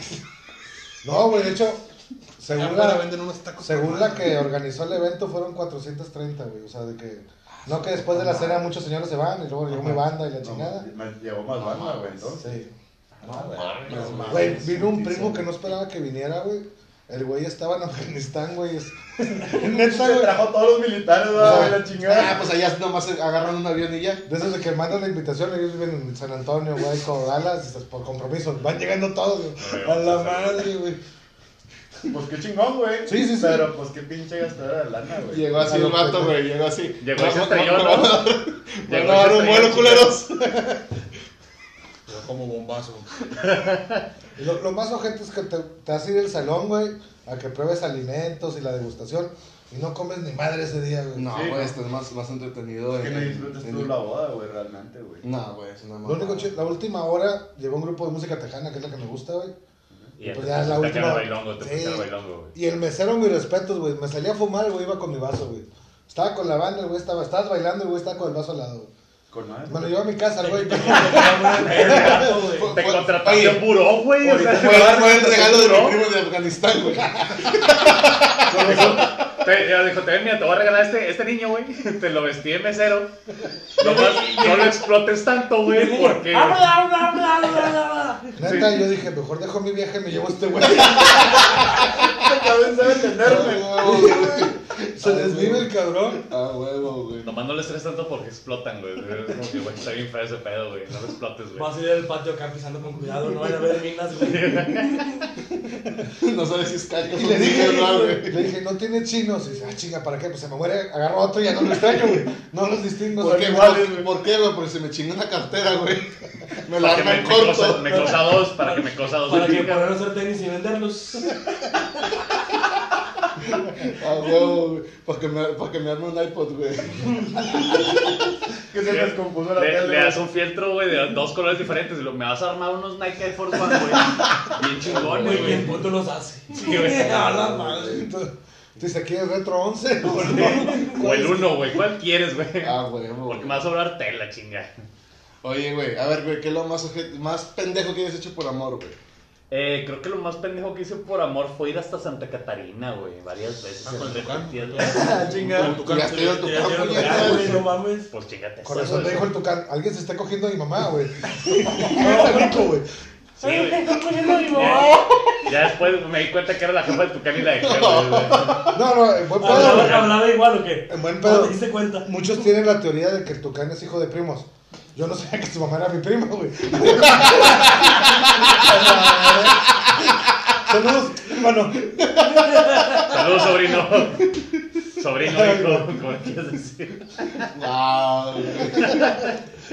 No, güey, de hecho,
Ya
(laughs) según
fuera
la,
venden unos tacos.
según la que organizó el evento fueron 430, güey. O sea, de que. No que después de la cena muchos señores se van y luego llegó mi banda y la chingada.
No, me llevó más banda, güey, entonces. Ah,
Sí.
Mames, mames.
Güey, vino un primo que no esperaba que viniera, güey. El güey estaba en Afganistán, güey. Es- Neta,
Se
güey.
trajo a todos los militares,
No.
güey, la
Ah,
chingada.
pues allá nomás agarran un avión y ya.
De esos de que mandan la invitación, ellos viven en San Antonio, güey, con Dallas, y pues, por compromiso. Van llegando todos, güey. A la madre, güey.
Pues qué chingón, güey.
Sí, sí, sí.
Pero pues qué pinche gastadera de lana,
(laughs)
güey.
Llegó así
A lo
el vato,
pendejo.
güey, llegó así.
Llegó y se
No, no,
estrelló,
no,
¿no?
no, (laughs) no, no. Me
Llegó
van a
y
dar
se
un vuelo,
estrelló,
culeros. (laughs)
Yo como bombazo.
Y Lo, lo más ojete es que te, te vas a ir del salón, güey, a que pruebes alimentos y la degustación. Y no comes ni madre ese día, güey.
No,
Sí,
güey,
no.
estás más, más entretenido.
Que
en-
no disfrutas
en-
tú la boda, güey, realmente, güey.
No, güey, es una
Lo único
mamada.
chido- la última hora llegó un grupo de música tejana, que es la que me gusta, güey.
Y
Pues
pues
ya es la última.
el bailongo, te
Sí.
pusiste el bailongo, güey.
Y el mesero, mis respetos, güey. Me salía a fumar, güey, iba con mi vaso, güey. Estaba con la banda, el güey, estaba, estabas bailando, el güey, estaba con el vaso al lado. güey.
Con madre.
Me lo llevo a mi casa, (laughs) el güey.
Te contrataste un buró, güey.
pues,
o
Ahorita
sea,
Fue fue el
(laughs) te
regalo de
buró.
mi primo de Afganistán,
(laughs)
güey.
Te, ya dijo, te ven, mira, te voy a regalar este, este niño, güey. Te lo vestí de mesero. Nomás no lo explotes tanto, güey, porque...
¡Habla, habla, habla, habla, habla!
Neta, yo dije, mejor dejo mi viaje, me llevo este güey.
También sabe entenderme.
(laughs) Se desvive el cabrón.
Ah, huevo,
(laughs)
güey.
Nomás no le estreses tanto porque explotan, güey. Es como que, güey, está bien feo ese pedo, güey. No lo explotes, güey.
Vas a ir al patio acá pisando con cuidado, no van a ver minas, güey.
No sabes si es caca.
Y le dije, le dije, no tiene chinos. Y dice, ah, chinga, ¿para qué? Pues se me muere, agarro otro y ya no lo extraño, güey. No los distingo.
¿Por
son
qué,
(laughs) iguales,
güey? ¿Por qué, güey? Porque se me chingó una cartera,
(laughs)
güey. Me la
Para que me,
arman
me, cosa,
corto.
me cosa dos, para que me cosa dos.
Para que
güey.
podamos hacer tenis y venderlos.
Ah, huevo, güey. Para que me, para que me arme un iPod, güey.
Que se
Le-
descompuso la
le,
tele.
le das un fieltro, güey, de dos colores diferentes. Y lo, me vas a armar unos Nike Air Force One, güey. Bien
Muy
chingones,
bien,
güey.
punto los hace.
Sí, güey.
A la madre.
Entonces, Dice, aquí es Retro
(laughs)
11.
(laughs)
O el uno, güey. ¿Cuál quieres, güey?
Ah, huevo.
Porque
güey.
me va a sobrar tela, chinga.
Oye, güey, a ver, güey, ¿qué es lo más, oje- más pendejo que hayas hecho por amor, güey?
Eh, creo que lo más pendejo que hice por amor fue ir hasta Santa Catarina, güey. Varias veces. Pues,
Ah, con el tucán.
repetidas veces.
Ah,
Con
chinga.
tu cara, estoy en tu
Ya
cara,
quiero
puñetas.
tocar, güey, no mames.
Pues chingate.
Con
esa,
razón me
güey.
dijo el tucán, alguien se está cogiendo a mi mamá, (laughs) güey. Está rico, güey.
Sí, güey. Ya después me di cuenta que era la jefa de Tucán y
(laughs)
la de Creu, güey.
No, Ah, no, en buen pedo.
¿Hablaba
güey.
hablaba igual o qué?
En buen
¿No
pedo.
te diste cuenta?
Muchos tienen la teoría de que el tucán es hijo de primos. Yo no sabía que su mamá era mi prima, güey. Saludos, hermano.
Saludos, sobrino. Sobrino, hijo, como le quieras decir.
Guau, güey.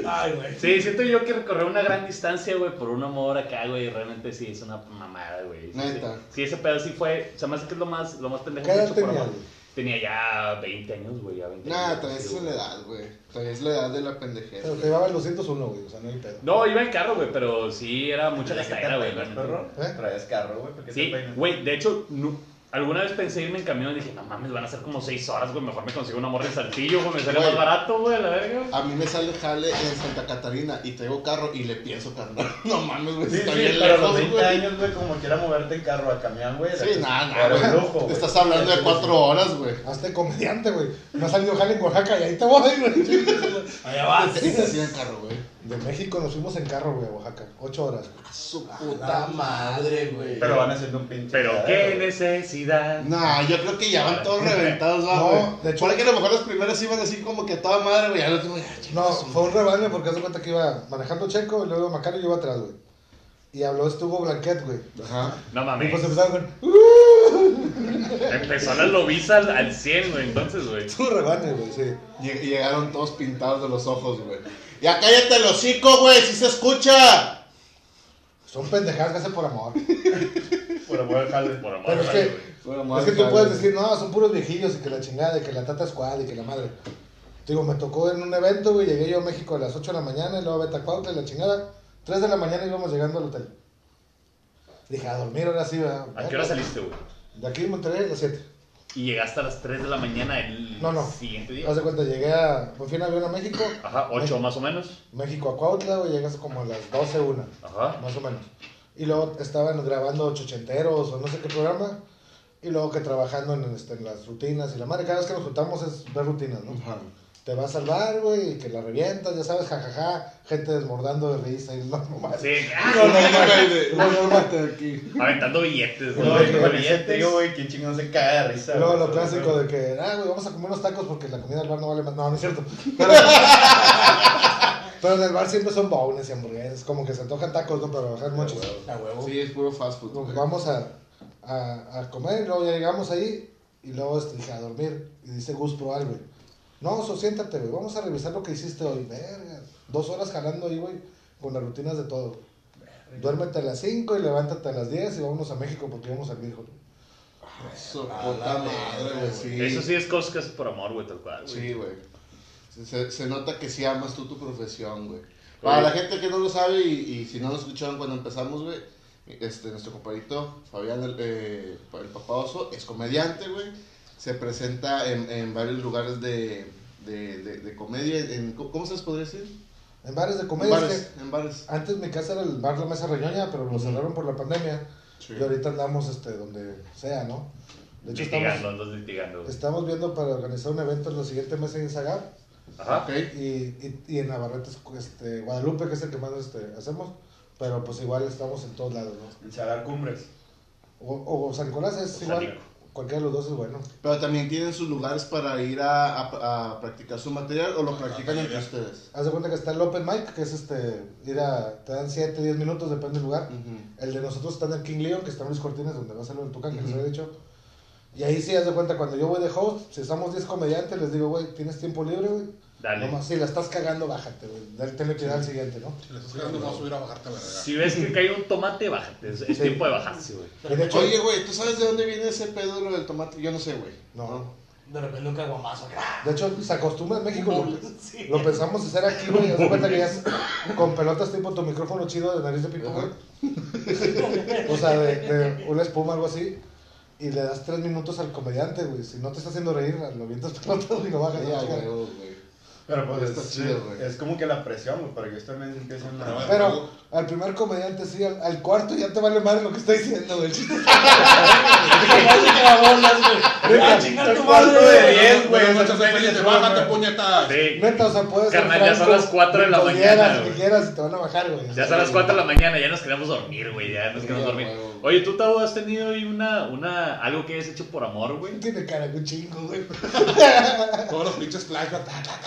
Ay, güey.
Sí, siento yo que recorrer una gran distancia, güey, por un amor acá, güey. Realmente sí, es una mamada, güey. Sí,
Neta.
sí. Sí, ese pedo sí fue. Se me hace que es lo más, lo más pendejo
¿Qué
que he
edad
hecho por
tenía?
amor.
güey?
Tenía ya 20 años, güey, ya 20
Nah,
años.
todavía
sí,
es la
güey.
edad, güey. Todavía es la edad de la pendejera.
Pero te
güey.
llevaba el 201, güey. O sea, no hay pedo.
No, iba en carro, güey, pero sí era mucha
¿Por qué te
gastadera, güey.
peinas,
realmente.
perro?
¿Eh?
Traes carro, güey. ¿Por qué te
Sí,
peinas?
güey, de hecho, nu- alguna vez pensé irme en camión y dije, no mames, van a ser como 6 horas, güey, mejor me consigo una morra en saltillo, güey, me sale
Güey.
más barato, güey, a la verga.
A mí me sale jale en Santa Catarina y traigo carro y le pienso, carnal. (laughs) No mames, güey,
Sí,
está
sí,
bien
pero a los
lejos,
20
güey.
años, güey, como quiera moverte en carro a camión, güey.
Sí, nada,
Era un
nada,
lujo,
güey.
güey.
Te estás hablando de cuatro horas, güey.
Hazte comediante, güey. Me ha salido jale en Oaxaca y ahí te voy, güey.
Allá vas.
Sí, así en carro, güey.
De México nos fuimos en carro, güey, a Oaxaca. Ocho horas. güey.
A Su puta
Puta madre, güey.
Pero van haciendo un pinche.
Pero
cagadero,
qué
güey.
necesidad.
No, yo creo que ya van todos reventados, va,
No,
güey.
de hecho-
Por ahí que a lo mejor los primeros iban así como que a toda madre, güey. Ya los último, ya,
No, fue un rebaño porque hace cuenta que iba manejando Checo y luego Macario y yo iba atrás, güey. Y habló, estuvo Blanquet, güey.
Ajá.
No
Y pues
mames.
empezaron con.
Empezó la lobisa al, al 100, güey, entonces, güey.
Estuvo "Uh, rebaño, güey, sí.
Lleg- Llegaron todos pintados de los ojos, güey. Ya cállate el hocico, güey, si se escucha.
Son pendejadas que hacen por amor.
Por amor al jale.
Por amor,
Pero es
güey,
que,
güey.
es que tú puedes decir, no, son puros viejillos y que la chingada y que la tata squad y que la madre. Te Digo, me tocó en un evento, güey, llegué yo a México a las 8 de la mañana y luego a Betacuautla y la chingada. 3 de la mañana íbamos llegando al hotel. Dije, a dormir ahora sí, ¿verdad?
¿A qué hora saliste, güey?
De aquí en Monterrey a las 7.
Y llegaste a las 3 de la mañana el
No, no.
siguiente día.
Haz de cuenta, llegué a, por fin avión a México.
Ajá, 8 más o menos.
México a Cuautla, güey, llegas como a las 12, una.
Ajá.
más o menos. Y luego estaban grabando ochochenteros o no sé qué programa. Y luego que trabajando en, este, en las rutinas y la madre, cada vez que nos juntamos es ver rutinas, ¿no?
Ajá.
Te va a salvar, güey, y que la revientas, ya sabes, jajaja, gente desmordando de risa y lo nomás.
Sí,
No, no,
ah,
güey, de- no, no, mate aquí.
aventando billetes, güey.
No, y
aventando
con ese tío, güey, que chingón se caga de risa.
Y luego
güey.
lo clásico de que, ah, güey, vamos a comer unos tacos porque la comida del bar no vale más. No, no es cierto. Pero, pero en el bar siempre son bowls y hamburguesas, como que se antojan tacos, ¿no? Para bajar muchos.
A huevo.
Sí, es puro fast food.
Como que
güey.
vamos a, a, a comer, y luego ya llegamos ahí, y luego este, dije, a dormir. Y dice Gus Proal, güey. No, so, siéntate, güey, vamos a revisar lo que hiciste hoy. Verga, dos horas jalando ahí, güey, con las rutinas de todo. Duérmete a las 5 y levántate a las 10 y vámonos a México porque íbamos al Virgo.
Su puta madre, güey. Sí,
Eso sí es cosas que haces por amor, güey, tal cual. güey.
Sí, güey. Se- Se, se nota que sí amas tú tu profesión, güey. Para la gente que no lo sabe y, y si no lo escucharon cuando empezamos, güey, este, nuestro compadrito Fabián, el, eh, el papá oso, es comediante, güey. Se presenta en, en varios lugares de, de, de- de comedia. En, ¿Cómo se les podría decir?
En bares de
En
comedia. es
bares. En bares.
que antes mi casa era el bar La Mesa Reñoña, pero lo cerraron por la pandemia.
Sí.
Y ahorita andamos este, donde sea, ¿no? De hecho,
Litigando,
estamos,
andas litigando. güey.
estamos viendo para organizar un evento en los siguientes meses en Zagat.
Ajá.
Ok.
y, y, y en Navarrete, este, Guadalupe, que es el que más este, hacemos, pero pues igual estamos en todos lados, ¿no?
En Salar Cumbres.
O, o San Nicolás es
O San
igual,
Nico.
cualquiera de los dos es bueno.
Pero también tienen sus lugares para ir a, a- a practicar su material o lo practican
la
entre
mayoría.
ustedes.
Haz de cuenta que está el Open Mic, que es este, ir a, te dan 7, 10 minutos, depende del lugar.
Ujú.
El de nosotros está en el King Leon, que está en Luis Cortines, donde va a ser el Tucán, que les
Ujú.
había dicho. Y ahí sí, haz de cuenta, cuando yo voy de host, si estamos 10 comediantes, les digo, güey, ¿tienes tiempo libre, güey?
Dale.
Nomás, si la estás cagando, bájate, güey. Dale, Tenle piedad al siguiente, ¿no?
Si le estás cagando, vamos a subir a bajarte a la verga.
Si ves que cae un tomate, bájate. Es, es
Sí.
tiempo de bajarse, güey.
Y de hecho,
Oye, güey, ¿tú sabes de dónde viene ese pedo lo del tomate? Yo no sé, güey.
no.
De repente un caguamazo.
De hecho, se acostumbra en México. Lo,
Sí.
lo pensamos hacer aquí, güey. Haz de cuenta que ya es con pelotas tipo tu micrófono chido de nariz de pico, güey. O sea, de, de una espuma, algo así. Y le das tres minutos al comediante, güey. Si no te está haciendo reír, lo vientas pelotas y lo bajas.
Ya, güey, güey.
Pero pues
Está
es,
chido, güey.
es como que la presión, güey, para que ustedes también empiecen
Ah,
a...
Pero al primer comediante sí, al, al cuarto ya te vale madre lo que está diciendo, güey.
Ah, chinga tu
cuarto
madre.
de diez,
Bueno,
güey.
muchas felices, bájate, puñetas.
Sí.
Neta, o sea, puedes ser
Carnal, ya son
franco,
las cuatro de la
cuando
mañana,
quieras,
güey.
que quieras, y te van a bajar, güey.
Ya son las 4 de la mañana, ya nos queremos dormir, güey. Ya nos queremos
Ya,
dormir.
güey, güey.
Oye, ¿tú, Tavo, has tenido ahí una, una, algo que hayas hecho por amor, güey?
Tiene cara de un chingo, güey.
Todos los pinches flashbacks. ta, ta, ta.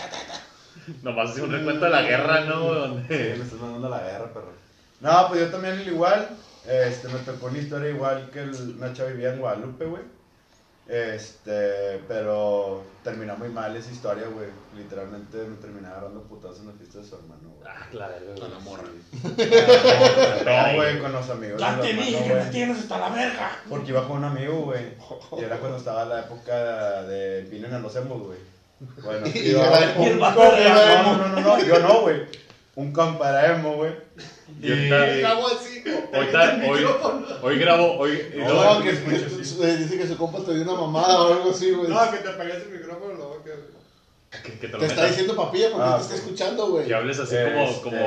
Nomás hace un recuento de la guerra, ¿no? güey?
Sí,
Donde-
me estás mandando a la guerra, perro. No, pues yo también al igual, este, me tocó una historia igual que el- una chava vivía en Guadalupe, güey. Este, pero terminó muy mal esa historia, güey. Literalmente me terminaba agarrando putazos en la fiesta de su hermano, güey.
Ah, claro.
Con la morra.
No, güey, con los amigos.
Ya
de
te
su
dije que
hermano,
me
güey.
tienes hasta la verga.
Porque iba con un amigo, güey. Y era cuando estaba la época de vienen a los emos, güey.
(laughs)
Bueno,
Y
iba-
era de
un
el vato
compa-
era
no, no, no, no, yo no, güey. Un compa era emo, güey.
Y ahorita-
así.
ahorita- hoy, hoy grabo, hoy. y luego-
No, que eh, dice que su compa te dio una mamada o algo así, güey.
No, que te apagues el micrófono, luego que.
que, que te lo
Te está
metas.
diciendo papilla porque
Ah,
te está escuchando, güey.
Que hables así
Este-
como, como,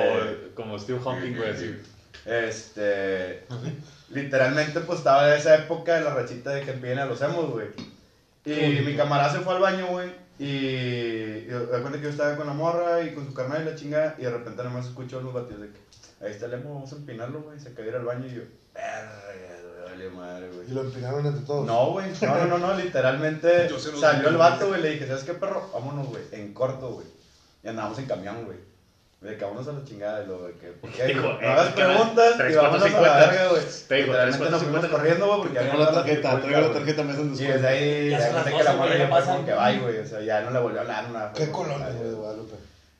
como Steve Hawking, güey. Así.
Este. Literalmente, pues estaba de esa época de la rachita de que vienen a los emos, güey. Y mi camarada se fue al baño, güey. Y. y da cuenta que yo estaba con la morra y con su carnal y la chinga. Y de repente nomás escucho unos batidos de que. Ahí está el emo, vamos a empinarlo, güey. Se cayó al baño y yo. Verga, güey, vale madre, güey.
Y lo empinaron entre todos.
No, güey. No, no, no, no. Literalmente
(laughs) Yo se lo
salió
digo.
el vato, güey. Le dije, ¿sabes qué, perro? Vámonos, güey. En corto, güey. Y andábamos en camión, güey. De que vámonos a la chingada de lo de que. ¿por
(laughs)
qué,
Dijo,
güey?
eh,
no hagas
¿qué más?
preguntas
Tres,
y
cuatro,
vámonos a la
cincuenta.
verga,
(laughs)
güey.
Te digo, tres,
Literalmente
cuatro,
nos fuimos
cincuenta.
corriendo, güey, porque
Traigo
había
la
una
tarjeta,
trifulca,
traigo la
güey.
tarjeta, me hacen
Y desde
descuento.
ahí,
Ya
ya
son las
que la
doce,
morra
güey,
ya
ya
fue
pasan.
como que bye, güey. O sea, ya no le volvió a hablar. Una,
¿Qué colonia, güey, de Guadalupe?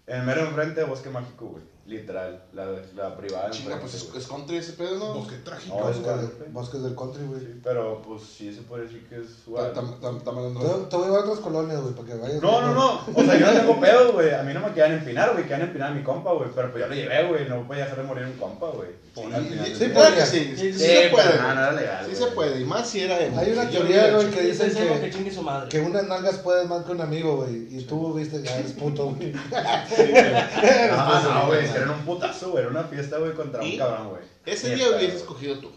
El mero enfrente de Bosque Mágico, güey. Literal. La, la privada.
Chinga,
enfrente,
pues es,
güey.
es country ese pedo, ¿no?
Bosque trágico.
No, es
Bosques,
Guadalupe.
de- bosques del country, güey.
Sí, Pero pues sí, se puede decir que es.
Está-
Guadalupe.
está- está- está mal en
Te,
rollo.
te voy a llevar a otras colonias, güey, para que vayas.
No, no, no. O sea, yo no tengo pedo, güey. A mí no me quedan empinar, güey. Quedan empinar a mi compa, güey. Pero pues yo lo llevé, güey. No podía dejar de morir un compa, güey. Al final
Sí,
del
sí,
día.
puede que sí. Sí, sí se
pero
puede.
no, no era
güey.
legal,
Sí
güey.
se puede. Y más si era emo.
Hay una
Sí, yo
teoría,
lo hubiera
güey,
hecho.
que dicen
Dicen que
que,
chingue su madre.
que unas nalgas pueden más que un amigo, güey. Y tú, viste, ya eres puto, güey.
Ah, no, güey. Es que eran un putazo, güey. Era una fiesta, güey, contra un
¿Y?
cabrón, güey.
Ese
Ni
día
pedo,
hubieras
güey.
escogido tú.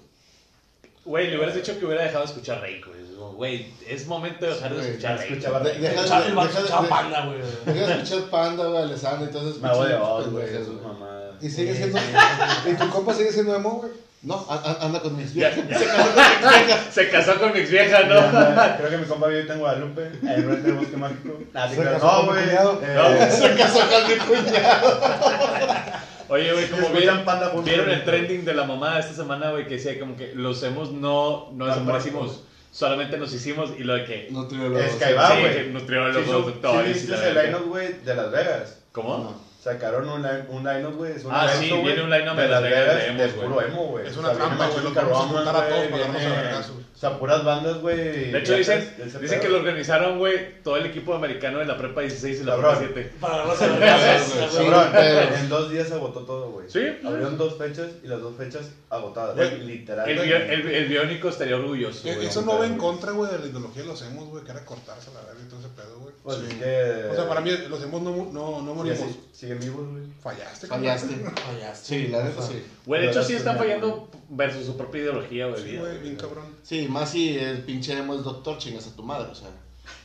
Güey, le hubieras dicho que hubiera dejado de escuchar Rey, güey. Digo, Güey, es momento de dejar de
Sí, güey,
escuchar
no
Rey.
escuchaba
güey.
De- Deja
El
de-
chaval va a
deja de-
escuchar
de-
panda, güey.
deja de escuchar Panda, güey, Alessandra y todas esas
Me voy de
pinches
voz, güey.
pendejas,
Jesús, mamá.
Y sigue siendo. (laughs) y tu compa sigue siendo emo, güey.
No, a- a- anda
(laughs)
con mis
Ya,
viejas.
ya se casó con mi vieja, se casó con mi vieja, ¿no?
Ya, Creo que mi compa vive en Guadalupe. Ahí no el bosque mágico. Nah, sí,
Se
pero
casó con
No,
mi
güey.
cuñado.
Eh,
Se casó con
(laughs)
mi cuñado.
Oye, güey, como
Escuchan
vieron,
Panda juntos.
vieron el trending de la mamada esta semana, güey, que decía como que los hemos no, no desaparecimos, solamente nos hicimos y lo de que...
No tuve
Es
los.
que ahí va,
sí,
güey.
que nutriólogos,
Sí, su-
doctores
sí
y la
viste el
verga.
line-up, güey, de Las Vegas?
¿Cómo?
sacaron un, line- un line-up, güey. Es un
Ah, sí,
evento, güey,
viene un line-up de Las Vegas de emos,
de
güey.
puro emo, güey.
Es una trampa, güey, los vamos a juntar a todos para darnos a vergazos.
O sea, puras bandas, güey.
De hecho,
y
dicen,
ese- ese
dicen
pedo.
que lo organizaron, güey, todo el equipo americano de la prepa 16 y la
Cabrón.
prepa 7.
Para agarrarse a las
Sí,
Cabrón,
pero-
en dos días se agotó todo, güey.
Sí.
Abrieron dos fechas y las dos fechas agotadas.
Güey,
literal.
El,
güey.
bio- el, el biónico estaría orgulloso,
Eh,
güey.
Eso no va en contra, güey, de la ideología de los emos, güey, que era cortarse la verga y todo ese pedo, güey.
Pues
Sí.
es que-
O sea, para mí los emos no, mu- no, no
Y
morimos.
así, Siguen vivos, güey.
Fallaste, cabrón.
Fallaste.
Oh,
Sí, la neta sí.
Güey, de hecho sí están
Güey.
fallando versus su propia ideología, güey.
Sí, güey, bien cabrón.
Sí, más si el pinche emo es doctor, chingas a tu madre, o sea.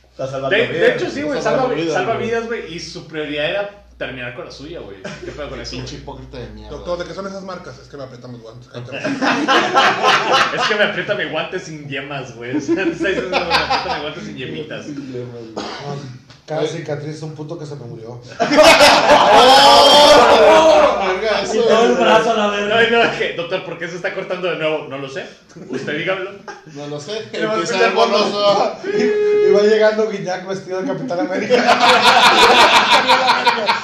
Está salvando
de,
vidas.
de hecho sí,
Está
güey,
salvando
salva,
vidas,
salva
güey.
vidas, güey, y su prioridad era terminar con la suya, güey. ¿Qué pedo con eso?
Pinche
güey?
hipócrita de mierda.
Doctor, ¿de qué son esas marcas? Es que me apretan los guantes. Ahí te va.
Es que me aprieta mi guante sin yemas, güey. (laughs) O sea, está diciendo, me aprieta mi guante sin yemitas.
No, cada cicatriz es un puto que se me murió.
(laughs)
¡Ah!
Y todo el brazo a la verga.
No, no, es que, doctor, ¿por qué se está cortando de nuevo? No lo sé. Usted dígamelo.
No lo sé.
Y va
Empieza el ah, borroso.
llegando Guiñac vestido de Capitán América.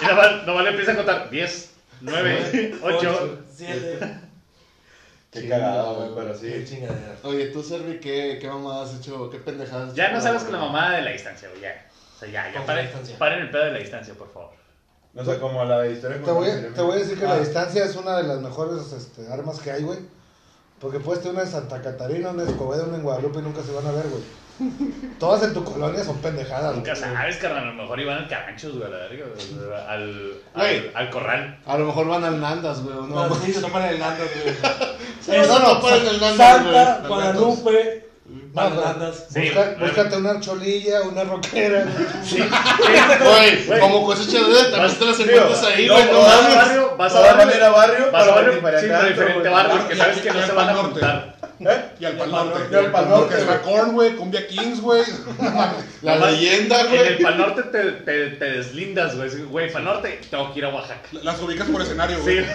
Y nada más, nomás le empieza a contar 10, 9, 8.
7.
Qué cagada, güey, pero sí.
chingadera.
Oye, tú, Servi, ¿qué, qué mamada has hecho? ¿Qué pendejadas?
Ya no salgas con la mamada de la distancia, güey. Ya. O sea, ya, ya.
Con la
Paren,
distancia.
paren el pedo de la distancia, por favor.
No sé, como la de historia.
Te voy, a- te voy a decir que
Ah.
la distancia es una de las mejores este, armas que hay, güey. Porque puedes tener una en Santa Catarina, una en Escobedo, una en Guadalupe y nunca se van a ver, güey. Todas en tu colonia son pendejadas.
Nunca
güey.
sabes, carnal. A lo mejor iban al carranchos, güey, a la verga. güey, Al, al,
Güey.
al corral.
A lo mejor van al Nandas, güey, o (laughs) no.
No, sí, se toman el Nando, (laughs) güey.
No, no, paren el Nandas,
Santa,
güey.
Guadalupe,
No, pero-
Mandandas.
Sí,
Busca-
güey.
búscate una cholilla, una roquera.
Sí.
Güey,
Güey.
como cosecha de también te las encuentras ahí,
No,
güey, no
vas a
mames.
barrio, vas a barrio.
Todas van a ir a barrio,
Vas a
pero
barrio, sí,
ni para
pero
tanto,
diferente
güey.
barrio, que
Y
sabes
aquí
que no
en
se
el
van a
Pal Norte.
juntar.
¿eh?
Y al Pal Norte.
Y al Pal Norte,
Porque está Korn, güey, Cumbia Kings, güey.
La
Nomás-
leyenda,
En
(laughs)
el
güey.
Pal Norte te, te, te deslindas, güey. Sí, Güey, Pal Norte, tengo que ir a Oaxaca.
(laughs) Las ubicas por escenario,
Sí,
güey.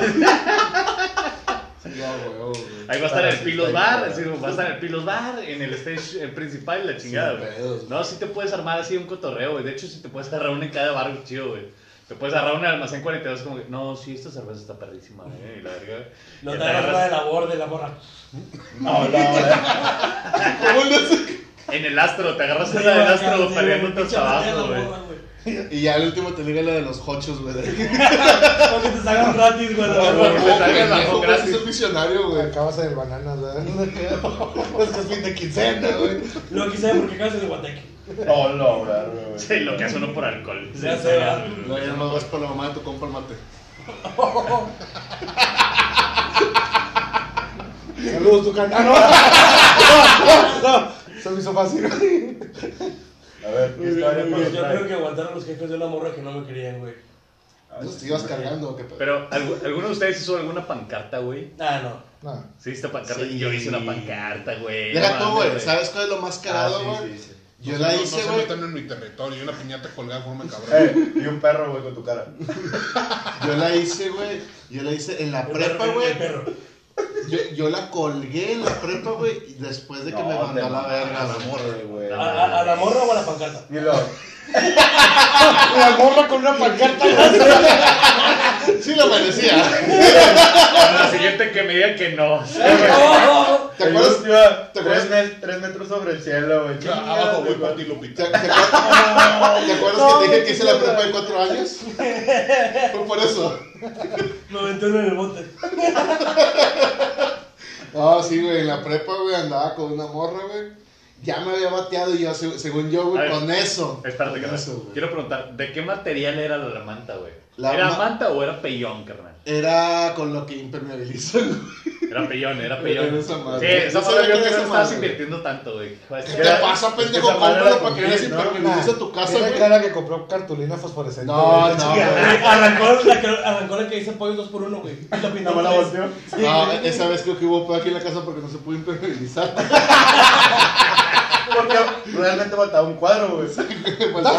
Ya, güey, oh, güey.
ahí va a estar el Pilos Bar, es decir, va a estar el Pilos Bar, en el stage eh, principal, la chingada,
Sin pedos,
güey.
güey.
No, sí te puedes armar así un cotorreo, güey. De hecho, si te puedes agarrar una en cada barrio, chido, güey. Te puedes agarrar una en almacén 42, como que, no, sí, esta cerveza está perrísima, güey. y la verga.
No
Ya
te agarras la de la borda, de la borra.
No, no, güey.
¿Cómo le hace?
En el astro, te agarras una del astro peleando tus abajo, güey.
Y ya al último te liga la de los hochos, güey. (laughs)
Porque te sacan gratis, güey.
No,
la
güey.
borra.
te salga el bajo
Pendejo, güey,
gratis.
Es un visionario, güey.
Acabas de ver bananas, ¿verdad? es que es fin de quincena, güey.
Luego quise saber por qué acabas de Guateque.
No, no, güey.
(laughs) Sí, lo que hace uno por alcohol. Sí,
Ya
sí,
sé,
ya.
¿verdad?
No, ya nomás vas por la mamá de tu compa al mate.
Saludos, tu canal. Ah, (laughs) no. no, no, se me hizo fácil.
A ver, ¿qué historia por
Yo creo
detrás?
que aguantaron los jefes de una morra que no me querían, güey.
Entonces te ibas cargando, qué pedo.
Ah, Pero, ¿algu- ¿alguno de ustedes hizo alguna pancarta, güey?
Ah, no.
No.
Sí, esta pancarta.
Sí.
Yo hice una pancarta, güey.
Deja
No
tú,
mames,
güey. ¿Sabes cuál es lo más cagado,
Ah,
güey?
sí, sí, (laughs) sí.
Yo
No
la
se-
hice,
No se
güey.
metan en mi territorio. Y una piñata colgada de forma de cabrón.
Eh, y un perro, güey, con tu cara.
Yo la hice, güey. Yo la hice en la
El
prepa,
perro,
güey.
el perro.
Yo, yo la colgué en la prepa, güey. y Después de que me
No,
mandó
te
a la
mames,
verga la morra.
güey.
¿A- ¿A a la morra o a la pancarta?
Y luego,
La gorra con una pancarta.
(laughs) Sí la merecía.
A la siguiente que me diga que
(laughs)
no.
¡No!
¿Te acuerdas?
el último,
¿Te
tres,
acuerdas?
met- tres metros sobre el cielo, güey.
Ya, Abajo, güey, Pati
¿Te,
Lupita.
te acuerdas, ¿te acuerdas
No,
que te dije que
me
hice la
quisiera.
prepa de cuatro años? Fue por eso.
91 en el bote.
No, sí, güey, en la prepa, güey, andaba con una morra, güey. Ya me había bateado yo, se- según yo,
A
güey,
ver.
con eso.
Espérate,
con
carnal.
eso, güey.
Quiero preguntar, ¿de qué material era la manta, güey?
La
¿Era
ma-
manta o era pellón, carnal?
Era con lo que impermeabilizan, güey.
Era
(laughs)
pellón, era pellón.
Era esa madre.
Sí, esa
Yo
madre
sabía
yo creo
que
que
era
no
esa
estabas
madre.
invirtiendo tanto, güey.
¿Qué te pasa, pendejo?
esa madre
Cómpralo
la
para que veas si
compré, ¿no?
impermeabiliza tu casa,
Tiene
güey.
cara que compró cartulina fosforescente.
No,
güey.
no, güey.
Arrancó la que, arrancó la que dice pollo 2 por 1 güey. Y la pintó.
Nomás la
tres.
volteó.
Sí,
No,
güey.
esa vez creo que hubo pedo aquí en la casa porque no se pudo impermeabilizar.
(laughs)
Porque realmente faltaba un cuadro, güey.
Faltaba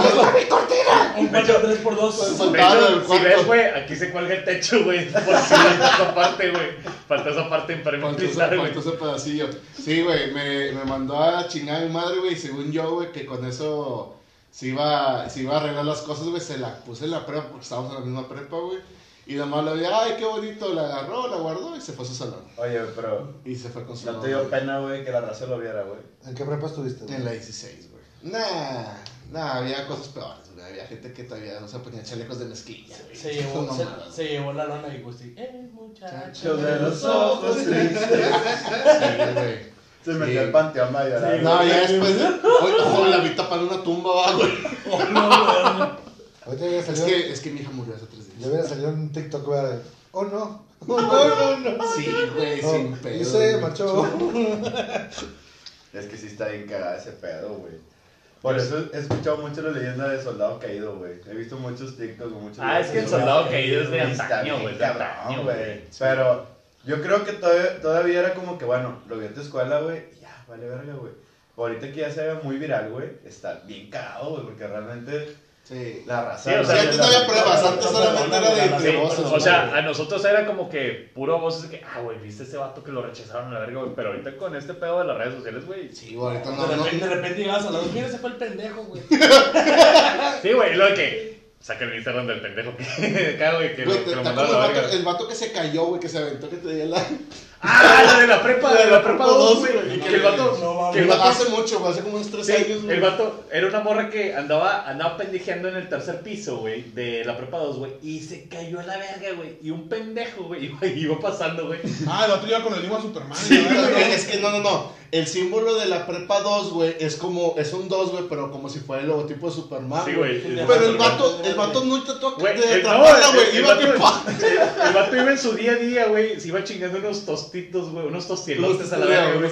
Un 4 3 por 2
De
faltaba el
hecho, si ves,
cuarto.
güey, aquí se cuelga el techo, güey.
(laughs)
Por si esa parte, güey. Falta esa
Faltó ese-
parte impermeabilizar, güey.
faltó ese pedacillo. Sí, güey, me, me mandó a chingar a mi madre, güey, y según yo, güey, que con eso se iba, se iba a arreglar las cosas, güey. Se la puse en la prepa porque estábamos en la misma prepa, güey. Y nomás la vi, ay, qué bonito, la agarró, la guardó y se fue a su salón.
Oye, güey, pero
Y se fue con su
no te dio pena, güey, que la raza lo viera, güey.
¿En qué prepa estuviste? güey?
En la 16, güey. Nah, nah, había cosas peores, güey. Había gente que todavía no se ponía chalecos de mezclilla, güey. (laughs)
Se llevó,
Esas
se,
mamadas.
se llevó la lona y Gusti. Eh, muchacho.
Yo de los ojos tristes.
Sí, güey.
Se metió al panteón a llorar.
Sí,
No, ya después. Oye, ojo, la vi tapando una tumba, va, güey.
(laughs) Oh, no, güey.
Ahorita hubiera
Es
salido,
que, es que mi hija murió hace tres
le
días.
hubiera salido un TikTok, güey. de,
(laughs)
Oh, no. Oh, no, no, no.
Sí, güey, sin pedo.
Y se
güey.
marchó.
Es que sí está bien cagada ese pedo, güey. Por eso he escuchado mucho la leyenda del soldado caído, güey. He visto muchos TikToks, muchos.
Ah, es que el
videos,
soldado
güey.
caído es de
Y está
antaño,
bien
güey. De
cabrón,
antaño, güey.
Pero yo creo que todavía, todavía era como que, bueno, lo vi en tu escuela, güey, y ya, vale verga, güey. Ahorita que ya se ve muy viral, güey, está bien cagado, güey, porque realmente
Sí.
la raza.
Sí, o
no
sea,
ve
antes
la-
no
había pruebas, antes
Sí,
solamente era de
Sí,
entre voces.
o sea,
güey.
a nosotros era como que puro voces de que, ah, güey, viste ese vato que lo rechazaron a la verga, güey. Pero ahorita con este pedo de las redes sociales, güey.
Sí, güey, ahorita
De
no, no.
repente, de repente llegabas a la dos. Mira, se fue el pendejo, güey.
Sí, güey, lo de que saca el Instagram del pendejo (laughs) que cago y que,
Güey,
lo-
te-
que
te
lo
acuerdas
mandaron a la
el vato-
verga.
el vato que se cayó, güey, que se aventó, que te dio la.
Ah, la de la prepa, de la prepa 2,
güey,
güey. Que el vato,
no mames.
que el vato
Hace mucho, güey, hace como unos tres
Sí,
años, güey.
el vato era una morra que andaba, andaba pendejeando en el tercer piso, güey, de la prepa 2, güey, y se cayó a la verga, güey, y un pendejo, güey, (laughs) iba, iba pasando, güey.
Ah, el vato iba con el mismo Superman.
Sí, (laughs)
la verga,
güey,
¿no?
Es que no, no, no. El símbolo de la prepa 2, güey, es como, es un 2, güey, pero como si fuera el logotipo de Superman.
Sí,
Ah, güey.
güey.
Pero el vato, el vato no intentó
Güey,
de
el- no,
atraparla,
el-
güey.
el
Iba
vato-
tipo.
El vato iba en su día a día, güey, se iba chingando unos tostitos, güey, unos tostielotes a la verga, güey.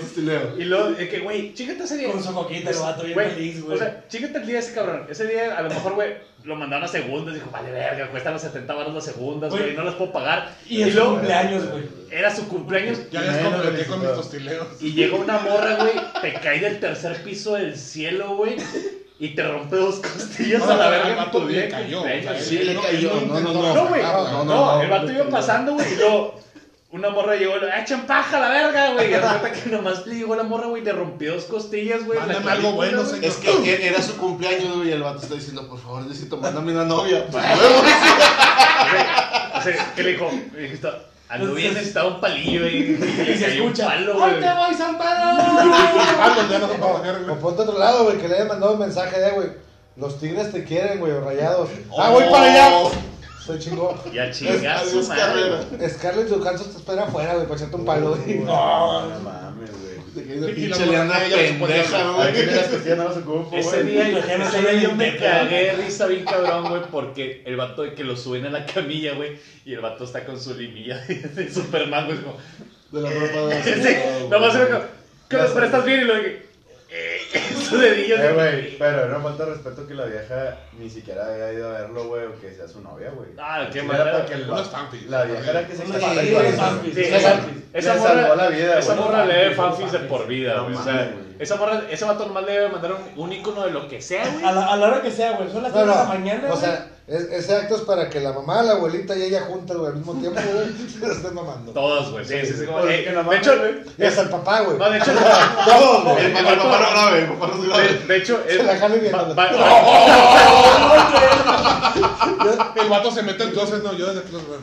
Y luego, de que, güey, chingate ese día.
Con su coquita, el vato bien
Güey,
feliz, güey.
O sea, chingate el día ese cabrón. Ese día, a lo mejor, güey, lo mandaron a segundas. Dijo, vale, verga, cuestan los 70 baros las segundas,
Güey.
güey, no las puedo pagar.
y en su
luego,
cumpleaños, güey.
era su cumpleaños.
Ya les
Bueno,
completé con mis
felicitado.
tostileos.
Y llega una morra, güey, te cae del tercer piso del cielo, güey, y te rompe dos costillas
No,
a la
al
verga en
vato
tu
le
día de
cayó,
cumpleaños.
o sea,
Sí,
Sí, le
No,
cayó.
él
No,
no
no,
intentó.
no.
No, güey.
Ah,
No,
No, el vato iba pasando, güey, y luego una morra llegó, le echan paja a la verga, güey. Y resulta que nomás le llegó la morra, güey, le rompió dos costillas, güey. en la
Mándame
clavícula,
algo bueno,
güey.
señor.
Es que que era su cumpleaños, güey, y el vato está diciendo, por favor, necesito mándame una novia. Ah,
O sea, que le dijo, le dijo, ando bien, necesitaba un palillo, güey. Y
(laughs) Y se
cayó un
escucha.
palo,
¡Ahí
güey.
te voy, San Pedro!
Ah, pues ya no se puede sacar,
O
güey.
ponte a otro lado, güey, que le haya mandado un mensaje de, güey. Los tigres te quieren, güey, o rayados. Ah, voy para allá. Soy chingón.
Y a chingar
Así
su
es carrera.
madre.
Scarlett Johansson te espera afuera, güey, para echarte un palo, güey.
No mames, güey.
Pinche Leandra pendeja,
Aquí
güey.
en las costillas no las ocupo,
Ese
güey.
día,
Imagínate,
ese día yo me
imagínate, güey.
cagué de risa bien cabrón, güey, porque el vato de que lo suben a la camilla, güey, y el vato está con su limilla (laughs) de, de Superman, güey, como...
De la ropa
(laughs) Sí,
de
nomás era como, que los prestas bien y lo de que... eh, (laughs) su dedillo...
Eh,
así.
güey, pero no falta de respeto que la vieja ni siquiera haya ido a verlo, güey, o que sea su novia, güey.
Ah, qué
Era
manera.
para que el-
Unos tampis.
La vieja era que se
Unos
casara
tampis,
con
unos
él.
tampis.
Sí,
Le
esa,
sal-
esa
le
morra,
salvó la vida,
esa
güey.
morra le
No
debe fanfics de
mames.
por vida,
No
güey. o
mames,
sea,
güey.
esa morra, ese vato nomás le debe mandar un, un icono de lo que sea, güey.
A la, a la hora que sea, güey. Son las
No,
3 de la
no.
mañana, güey.
O sea, es- ese acto es para que la mamá, la abuelita y ella juntas, güey, al mismo tiempo,
(laughs)
güey, se la estén mamando.
Todas, güey. Sí, sí, sí. como,
Porque
eh,
no
de
mames,
hecho,
güey.
Y hasta el papá, güey.
no, de hecho,
Todos, güey.
El papá no grave, el papá no
de,
grave.
de hecho,
Se la jala y bien,
va-
anda.
va-
El vato se mete entonces, no, yo desde que los veo.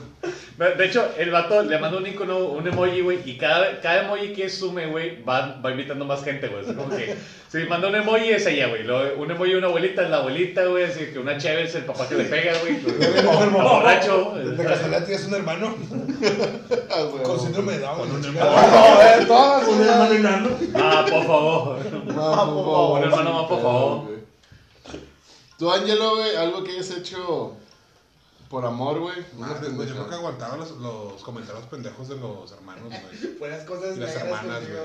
va- de hecho, el vato le manda un icono, un emoji, güey, y cada, cada emoji que sume, güey, va, va invitando más gente, güey. Así como que, si manda un emoji es ella, güey. luego Un emoji de una abuelita es la abuelita, güey. Así que una chévere es el papá que le pega, güey.
enfermo.
Borracho.
De Castellati es un hermano
Ah, güey.
con síndrome de Down.
Con un
No, eh, todas,
Un
güey.
hermano enano.
Ah, por favor.
No, por favor.
Un hermano más, por favor.
güey. Tú, Ángelo, güey, algo que hayas hecho por amor, güey. Una
Madre, Ah, güey, yo creo
pendejada.
que aguantaba los, los comentarios pendejos de los hermanos, güey.
(laughs) Buenas cosas
Y las
negras
hermanas,
contigo.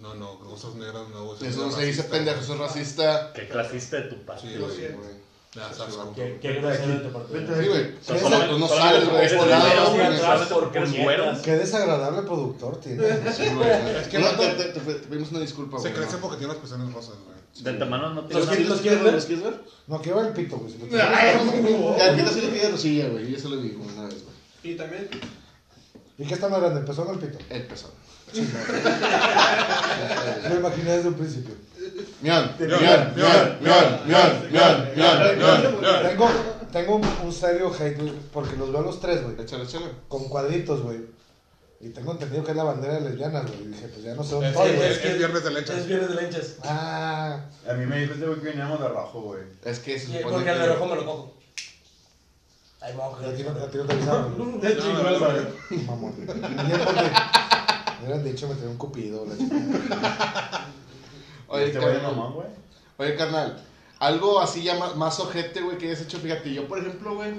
No, no, cosas negras no, güey.
Eso no
es
se dice
racista,
pendejo, eso es racista.
Qué clasista de tu padre.
Sí,
Sí,
güey.
güey.
Me das asco.
Qué qué grosero de tu parte.
Sí, güey.
O sea,
Pero
solamente-
tú no
solamente
sales, güey,
porque
por
eres
lado,
güey,
güey.
solamente porque eres güero.
Qué desagradable productor tiene.
(laughs)
Sí, güey.
Es que
No,
vato-
te- te- te te pedimos una disculpa, güey.
Se crece
no.
porque tiene las personas rosas, güey.
De antemano no tiene
¿Los
nada.
quieres los quieres ver? ¿Los quieres ver?
No, quiero el pito, güey. si lo tienes.
Ya, ¿Qué te sirve que ya rosilla, güey? Yo se lo digo una vez, güey.
Y también,
¿Y qué está más grande? ¿Empezó con el pito?
El pezón.
Lo imaginé desde un principio.
Mion, mion, mion, mion, mion, mion, mion, mion, mion.
Tengo, tengo un, un serio hate, güey, porque los veo a los tres, güey.
Échale, échale.
Con cuadritos, güey. Y tengo entendido que es la bandera de lesbianas, güey. Y dije, pues ya no sé dónde
Es-
estoy,
es-
güey.
es viernes de lechas.
Es viernes de lechas.
Ah,
A mí me dijo este güey que veníamos de rojo, güey.
Es que se
Y-
supone
Porque al
que-
de rojo me lo cojo. Ahí me
pero a ti
voy
no
a
a ti
coger.
no te avisaron, güey.
De
No, no, no,
este
no.
Mamón. Ni porque me hubieran dicho me tenía un cupido. La chingada.
Oye,
este güey es
carnal.
mamón, güey.
Oye, carnal, algo así ya más, más ojete, güey, que hayas hecho, fíjate, yo por ejemplo, güey,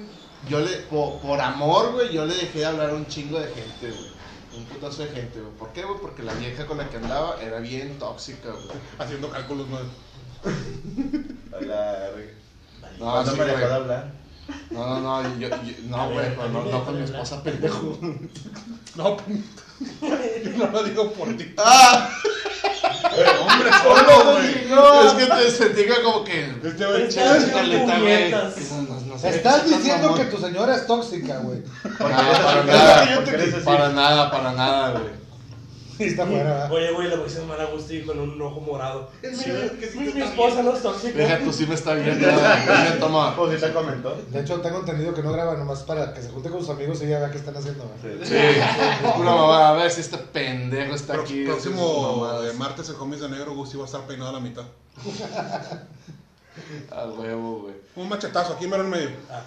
yo le, po- por amor, güey, yo le dejé de hablar a un chingo de gente, güey. Un putazo de gente, güey. ¿Por qué, güey? Porque la vieja con la que andaba era bien tóxica, güey.
Haciendo cálculos, (laughs) güey.
A la verga.
No,
¿Cuándo
sí,
me
güey.
dejó de hablar?
no, no, no, yo, yo- no, güey, no, no, no con mi esposa,
(laughs)
pendejo.
No, yo no lo digo por
(laughs)
ti.
¡Ah!
(laughs) Hombre, solo, güey.
No, es que te sentí que como que...
Este güey,
Está
Chale,
haciendo
Carlita, güey.
puñetas.
Que no- no- no sé,
Estás
que seas
diciendo
mamón.
que tu señora es tóxica, güey.
Porque
No,
eres
para
así,
nada,
porque
porque
eres así.
Para nada, para nada, güey.
Está fuera, ¿verdad?
Oye, güey, le voy a hacer mal a Gusti con un ojo morado.
Es
Sí,
verdad que sí
mi
te
mi
está
esposa no es tóxica.
Deja, tú sí me está viendo, güey. Mira, Toma.
Pues sí te comentó.
De hecho, tengo entendido que no graba nomás para que se junte con sus amigos y ya vea qué están haciendo, güey.
Sí.
Sí, es pura mamada. A ver si este pendejo está
Pro-
aquí.
próximo
de
eh, martes el homies de negro, Gusti va a estar peinado a la mitad.
A huevo, güey.
Un machetazo, aquí mero en medio. (laughs)
Ah.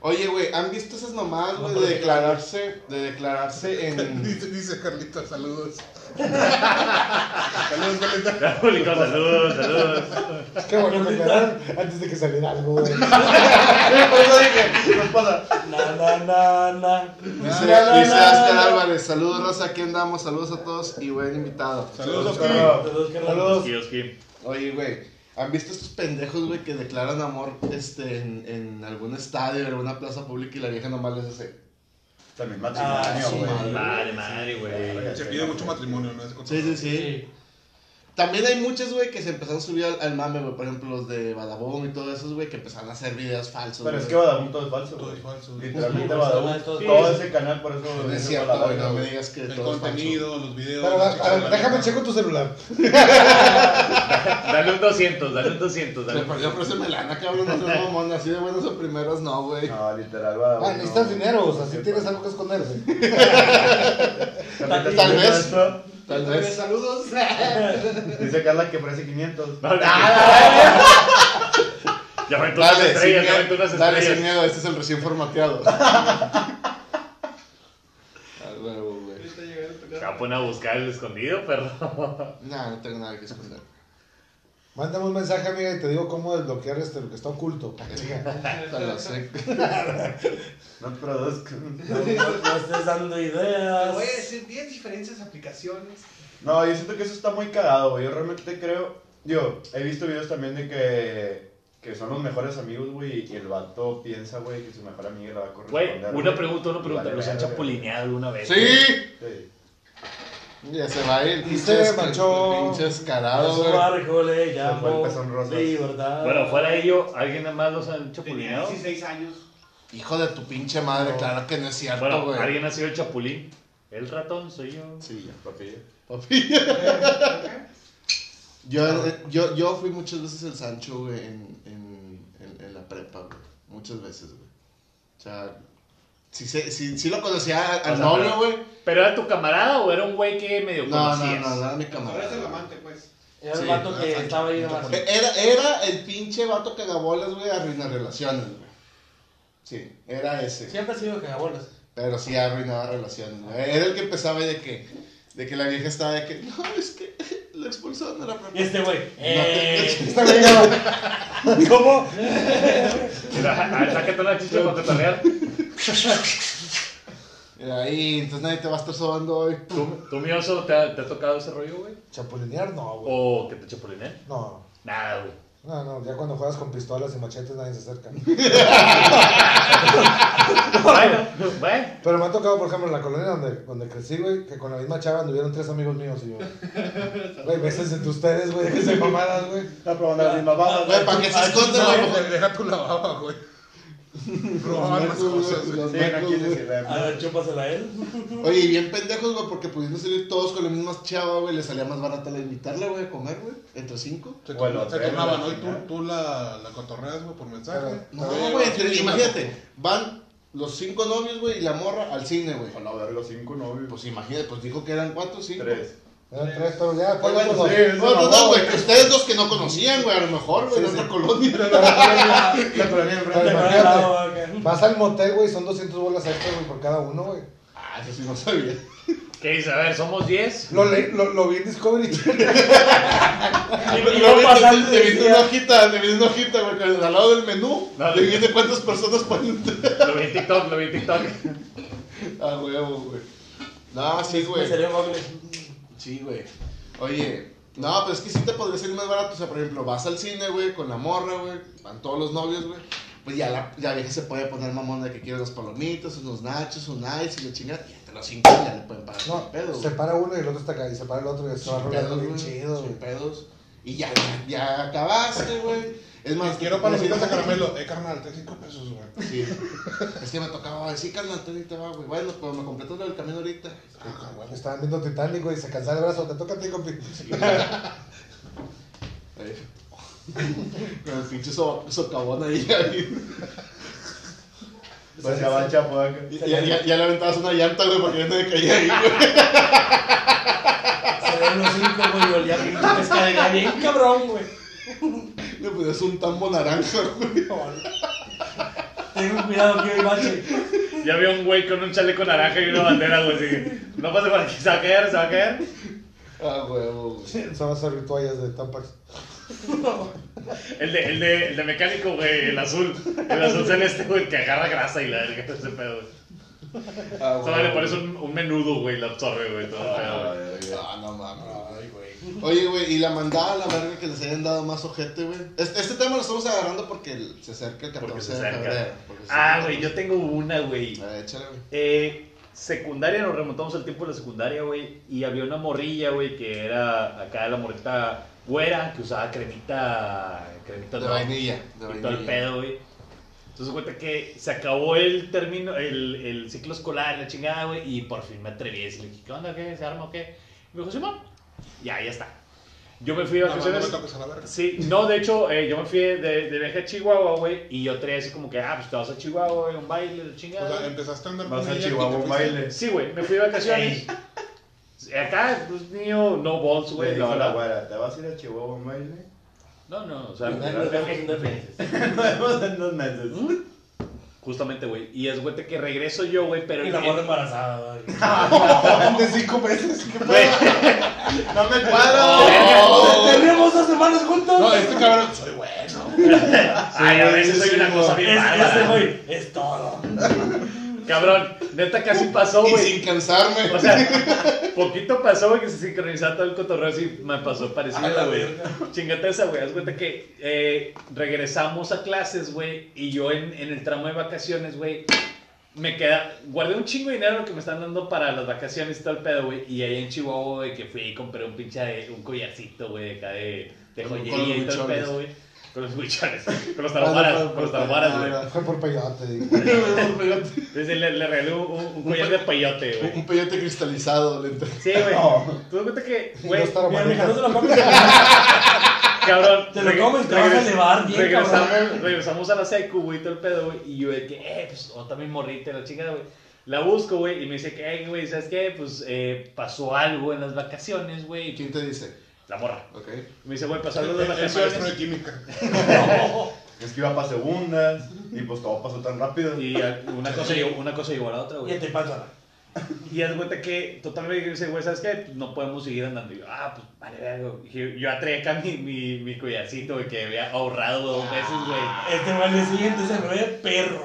Oye, güey, ¿han visto esas mamadas, güey,
No,
de
no,
declararse, de declararse en...
(laughs) Dice, dice Carlita, saludos. (laughs) saludos, Carlita.
Ya, público, saludos, saludos.
Qué bueno que aclararon antes de que saliera algo, güey.
Por eso dije, nos pasa.
Na, na, na, na.
Dice,
Na, na,
dice
na,
Oscar
na.
Álvarez, saludos Rosa, aquí andamos, saludos a todos y buen invitado.
Saludos, Oscar.
Pero-
Saludos, carnal.
Saludos.
Kioski.
Oye, güey, ¿han visto estos pendejos, güey, que declaran amor este, en, en algún estadio, en alguna plaza pública y la vieja nomás les hace?
También
Ah,
matrimonio,
sí,
güey.
Madre, madre, güey.
Se pide mucho matrimonio, ¿no? Ese
Sí, sí, sí.
Sí.
También hay muchos, güey, que se empezaron a subir al, al mame, güey. Por ejemplo, los de Badabón y todos esos, güey, que empezaron a hacer videos falsos.
Pero es que
güey.
Badabun todo es falso.
Todo
güey.
es falso.
Literalmente
Sí,
Badabun.
sí, todo es
Todo
falso.
ese canal, por eso.
No
es
es cierto, güey, no me digas que
El
todo es falso.
contenido, los videos.
Pero,
las
a-
chicas
a
de
ver,
la
déjame
vieja.
checo tu celular.
Dale un 200, dale un 200, dale
Pero
un
por Dios, ofréceme lana, cabrón, no seas mamón, así de buenos o primeros, no, güey.
No, literal, Badabun.
Ah, necesitas
no.
dinero, o sea, si tienes algo que esconder, güey.
Carlita,
Tal
¿estás
vez.
viendo
Tal vez.
Saludos.
esto? Dice Carla que ofrece (laughs) 500.
No, nada. Ya aventó unas
Dale, sin
estrellas, ya aventó
miedo,
unas
dale sin
estrellas.
miedo, este es el recién formateado. Ah, huevo, güey.
Ahorita llegué a tu
Se
casa.
va a poner a buscar el escondido, perro.
No, no tengo nada que
(laughs)
esconder.
Mándame un mensaje, amiga, y te digo cómo desbloquear este, lo que está oculto.
Hasta la sec-
No produzco.
No, no, no estés dando
Te
ideas.
voy a decir 10 diferentes aplicaciones.
No, yo siento que eso está muy cagado, güey. Yo realmente creo. Yo he visto videos también de que. Que son los mejores amigos, güey. Y el vato piensa, güey, que su mejor amiga la va a
Güey, una
corresponder. güey.
pregunta, una
Y
pregunta.
vale
¿Los han
verga.
chapulineado alguna vez?
¡Sí!
Sí.
Ya se va el
Y
pinche
se
desca-
marchó.
pinche
A
descarado,
su
güey.
barco le
fue el
llamo
pezón rosa.
libertad.
Bueno, fuera de ello, ¿alguien más los han
Tenía
chapulineado?
16 años.
Hijo de tu pinche madre, claro que no es cierto,
Bueno,
güey.
¿alguien ha sido el chapulín? El ratón soy yo.
Sí, ya, papilla. Papilla. (laughs) Yo, eh, yo, yo fui muchas veces el Sancho, güey, en, en, en, en la prepa, güey. Muchas veces, güey. O sea, sí, se- sí, sí lo conocía al-
O
al
sea,
novio,
pero-
güey.
¿Pero era tu camarada o era un güey que medio
No, no,
conocías?
no, no era mi
Ahora
camarada.
es el
güey.
amante, pues.
Era el
Sí,
vato
era
que
Sancho,
estaba ahí nomás.
Eh, Era, era el pinche vato cagabolas, güey, arruinar relaciones, güey. Sí, era ese.
Siempre ha sido cagabolas.
Pero sí arruinaba relaciones, güey. Era el que empezaba de que, de que la vieja estaba de que, no, es que la expulsaron de la prepa.
Y este güey.
te-
eh,
Esta güey, ¿Cómo?
Mira, a ver, sácate una chicha para cotorrear.
Mira, ahí, entonces nadie te va a estar sobando hoy.
¿Tú, tú mi oso, te ha, te ha tocado ese rollo, güey?
Chapulinear, no, güey.
¿O que te chapuliné?
No.
Nada, güey.
No, no, ya cuando juegas con pistolas y machetes nadie se acerca.
Bueno, güey.
Pero me ha tocado, por ejemplo, en la colonia donde, donde crecí, güey, que con la misma chava anduvieron tres amigos míos y yo. Güey, beses entre ustedes, güey, déjense de mamadas, güey. Ah,
Está probando las mismas babas.
Güey, ¿para qué se esconden?
No,
güey?
(laughs)
güey, deja tu lavaba, güey. robaban las cosas, güey.
Los
Sí, no
nacos,
quise
güey.
decirle.
A ver, chúpasela a él.
Oye, y bien pendejos, güey, porque pudiendo salir todos con la misma chava, güey, le salía más barata la invitarla, güey, a comer, güey, entre cinco.
Se
O el
torna- se
hotel,
tornaban,
la
¿no? Y tú,
chingada.
tú la, la cotorreas, güey, por mensaje.
No,
Te veía,
güey, entre- imagínate, van los cinco novios, güey, y la morra al cine, güey.
Con la verga, cinco novios.
Pues imagínate, pues dijo que eran cuatro, cinco.
Tres.
(laughs)
(laughs)
Eran tres, pero ya,
Pues
después
bueno,
los-
sí,
no, no,
mamó,
no, güey, pues
güey.
ustedes dos que no conocían, güey, a lo mejor, güey,
Sí,
en
sí.
otra
(laughs)
colonia.
La colonia- la colonia
Pero
enfrente.
imagínate,
bravo, acá.
Vas al motel, güey, son 200 bolas extra, güey, por cada uno, güey.
Ah, eso sí no sabía.
¿Qué dice? A ver, somos 10.
Lo, le- lo, lo vi en Discovery Channel.
Y-
Pero
y
luego
no
te-
pasar,
te viene
decía,
una hojita, te viene una hojita, güey, con el- al lado del menú,
No,
te
no.
viene cuántas personas pueden entrar. (laughs)
Lo vi en TikTok, lo vi en TikTok.
Ah, huevo, güey. No, sí,
Me
güey.
salió Google.
Sí, güey. Oye, no, pero es que sí te podría salir más barato. O sea, por ejemplo, vas al cine, güey, con la morra, güey, van todos los novios, güey. Pues ya la, ya la vieja se puede poner mamón de que quiere unas palomitas, unos nachos, un ice y la chingada. Y entre los cinco ya le pueden pagar sin
No,
pedos,
se
güey.
para uno y el otro está acá, y se para el otro y se va
Sin
rolando
pedos,
bien
güey.
chido,
sin
güey.
pedos. Y ya, ya, ya acabaste, güey. Es más,
Quiero palomitas de caramelo. Eh, carnal, te cinco pesos, güey.
Sí. Es que me tocaba decir, carnal, tú ahorita va, güey. Bueno, pero me completas el camino ahorita.
Ah, güey.
Estaban viendo Titanic, güey, y se cansaba el brazo, te toca a ti, compi.
Eh. (laughs) Con el pinche so- socavón ahí. ahí.
Pues ya van chapo acá.
Ya, ya, ya le aventabas una llanta, güey, porque ya no le caía ahí, güey.
Se ven los cinco, güey, y olía bien pescadera, bien cabrón, güey.
Le ponías pues, un tambo naranja, güey.
Ten cuidado que hay bache.
Ya vi un güey con un chaleco naranja y una bandera, güey. así. No pasa por aquí, se va a caer, se va a caer.
Ah, huevo, güey.
Se van a servir toallas de tampax.
El de, el de, el de mecánico, güey, el azul. El azul celeste, güey, el que agarra grasa y la verga, ese pedo, güey.
Ah,
O sea,
huevo.
le pones un, un menudo, güey, la absorbe, güey, todo el pedo, güey.
Ah, no mames. Oye, güey, y la mandada a la verga que les hayan dado más ojete, güey. Este, este tema lo estamos agarrando porque el- se acerca el 14
Porque se
de
acerca.
febrero. porque se
Ah,
acerca.
güey, yo tengo una, güey.
A ver, échale, güey.
Eh, secundaria, nos remontamos al tiempo de la secundaria, güey. Y había una morrilla, güey, que era acá la morrita güera, que usaba cremita. cremita
De
no,
vainilla. De
Y todo
(laughs)
el
vainilla.
pedo, güey. Entonces, cuenta que se acabó el término, el, el ciclo escolar, la chingada, güey. Y por fin me atreví a decirle, ¿qué onda? ¿Qué? ¿Se arma o qué? Y me dijo, Simón, ya, ya está. Yo me fui de
No, no, no me
vacaciones.
toques a la verga.
Sí, no, de hecho, eh, yo me fui de, de viaje a Chihuahua, güey, y yo traía así como que, ah, pues te vas a Chihuahua, güey, un baile, la
O
chingada.
sea, empezaste a andar
Vas a
ella y te
Chihuahua un
fuiste.
baile.
Sí, güey, me fui de vacaciones. Acá, pues, niño, no balls,
Le
güey,
dijo
no,
la
no.
güera, ¿te vas a ir a Chihuahua un baile? (laughs)
No, no, o sea,
Nos
me-
vemos
me-
en dos meses.
Nos vemos en dos meses.
justamente, güey, y es, güey, de que regreso yo, güey, pero...
Y la morra embarazada, güey.
De cinco meses, ¿qué pedo?
Güey,
¡No me
(laughs)
Tenemos dos semanas juntos.
No, este cabrón, soy bueno.
Ay, a veces soy una cosa bien
Es- Este,
bárbara.
güey, es todo.
Cabrón, neta casi pasó,
Y
güey.
sin cansarme.
O sea, poquito pasó, güey, que se sincronizaba todo el cotorreo así, me pasó
A la
parecido, güey.
verga.
Chingate esa, güey. Haz cuenta que eh, regresamos a clases, güey, y yo en, en el tramo de vacaciones, güey, me queda, guardé un chingo de dinero que me están dando para las vacaciones y todo el pedo, güey, y ahí en Chihuahua, güey, que fui y compré un pinche, de- un collarcito, güey, acá de, de
Con- con
joyería
los
y todo el
huicholes. Ah,
pedo, güey. Con los huichones, con los
Ah,
tarahumaras, con los tarahumaras, güey.
Fue por peyote, digo.
Entonces le, le regalé un, un- un collar de peyote,
Un- Un
güey.
peyote cristalizado, lente.
Sí, güey.
No.
¿Tú das cuenta que,
Y
güey,
los tarahumaras.
Mira, mija, no se lo comes.
cabrón?
Te lo
reg-
comes, te vas a
regres-
elevar bien,
regresamos, regresamos a la secu, güey, todo el pedo, güey. Y yo de que, eh, pues, otra mi morrita, la chingada, güey. La busco, güey, y me dice que, "Ey, güey, ¿sabes qué? Pues eh, pasó algo en las vacaciones, güey.
¿Quién te dice?
La morra.
Ok.
Me dice, güey, pasó algo en
El
las
el maestro de
vacaciones.
química.
Es que iba para segundas y pues todo pasó tan rápido.
Y ah, una cosa, llevó, una cosa llevó a la otra,
Y
güey.
te pasa.
Y haz cuenta que totalmente me dice, güey, ¿sabes qué? Pues no podemos seguir andando. Y yo, ah, pues vale, verga. Y Yo, yo atraía acá mi, mi, mi collarcito, güey, que había ahorrado dos veces, güey.
Este güey al día siguiente se me ve perro.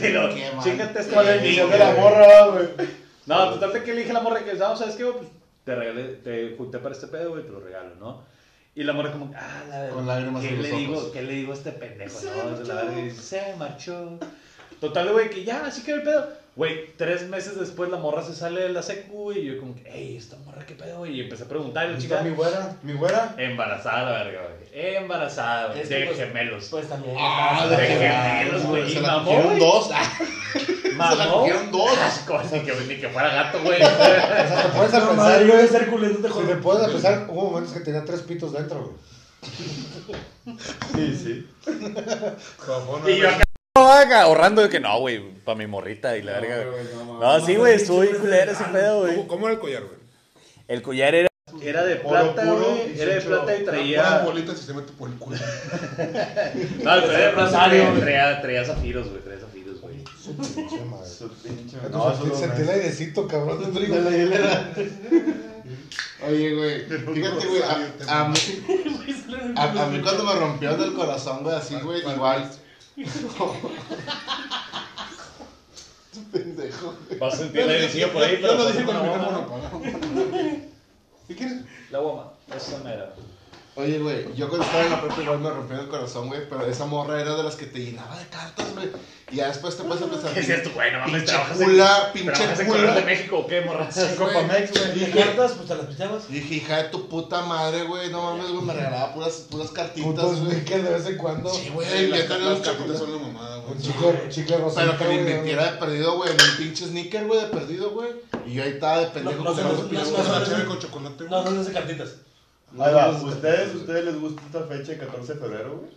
Pero,
Qué mal.
chingate este
Con
güey.
el
Y-
millón
de la morra, güey.
No, total de que le dije a la morra que, no, ¿sabes qué? güey? Pues te regalé, te junté para este pedo, güey, te lo regalo, ¿no? Y la morra como, ah, la verdad.
Con lágrimas
¿qué
en
le
los
digo,
ojos.
¿Qué le digo a este pendejo? no, se la verga. Y dice, se marchó. Total, güey, que ya, así que el pedo. Güey, tres meses después la morra se sale de la secu, güey. Y yo como, que, ey, esta morra, qué pedo, güey. Y empecé a preguntar, y la
¿Está
chica,
mi güera?
Mi güera.
embarazada, la verga, güey. Embarazada, güey.
Es que,
De
pues,
gemelos.
Pues también.
Ah,
de
de
gemelos,
gemelos,
güey.
Se
Y
la
mamó,
cogieron
güey.
dos. (laughs) Ah, Se la
Mamó.
cogieron dos.
(laughs) Asco, ni que, ni que fuera gato,
(laughs)
güey.
O sea, te puedes
No,
pensar,
madre, yo
güey.
de ser culento te
Si
jodí.
te puedes pensar, hubo momentos que tenía tres pitos dentro, güey.
Sí, sí.
Y yo acá,
No, acá, ahorrando de que no, güey, para mi morrita y la verga, güey. No, sí, güey, estuvo bien culero ese pedo, güey.
¿Cómo era el collar, güey?
El collar era.
era de
Oro
plata,
puro,
güey. Era de
18.
plata y
Unas
traía.
bolitas y se mete por el culo.
No, el collar de plata traía, traía, traía zafiros, güey. Traía zafiros, güey.
Su pinche madre.
Su pinche.
No,
Ah, eso
sentí,
no
sentí el
me-
airecito, cabrón, dentro, güey.
Oye, güey. Fíjate, güey. A, a mí, a- a mí cuando me rompió del corazón, güey, así, güey, igual. (laughs) Pendejo.
Vas a sentir la edición por ahí, pero.
Yo lo dije
pásame
con el
la guama.
micrófono apagado.
¿Qué quieres?
La guama, esa mera.
Oye, güey, yo cuando estaba en la prepa igual me rompió el corazón, güey, pero esa morra era de las que te llenaba de cartas, güey. Y ya después te pasa a pensar.
¿Qué es esto, güey? No mames,
Pinche
trabajas en.
cula,
¿Trabajas
pinche
en Correos de
cula.
México o qué, morra?
Copamex,
Y cartas, pues te las pichabas.
Y dije, hija de tu puta madre, güey, no mames, güey, me regalaba puras, puras cartitas,
Putos
güey.
que de vez en cuando.
Sí,
Güey,
güey,
las
ya tenía
las
un chocolate.
cartitas son la mamada, güey.
Un chicle, chicle rosado.
Pero que le invirtiera de perdido, güey, en un pinche sneaker, güey, de perdido, güey. Y yo ahí estaba de pendejo
No, no,
con
no,
los
no,
pinches
no, no,
Una
no.
borrachos.
cheve con chocolate,
No,
güey.
no, no es de cartitas.
Ahí va, ¿ustedes, ¿ustedes les gusta esta fecha de 14 de febrero, güey?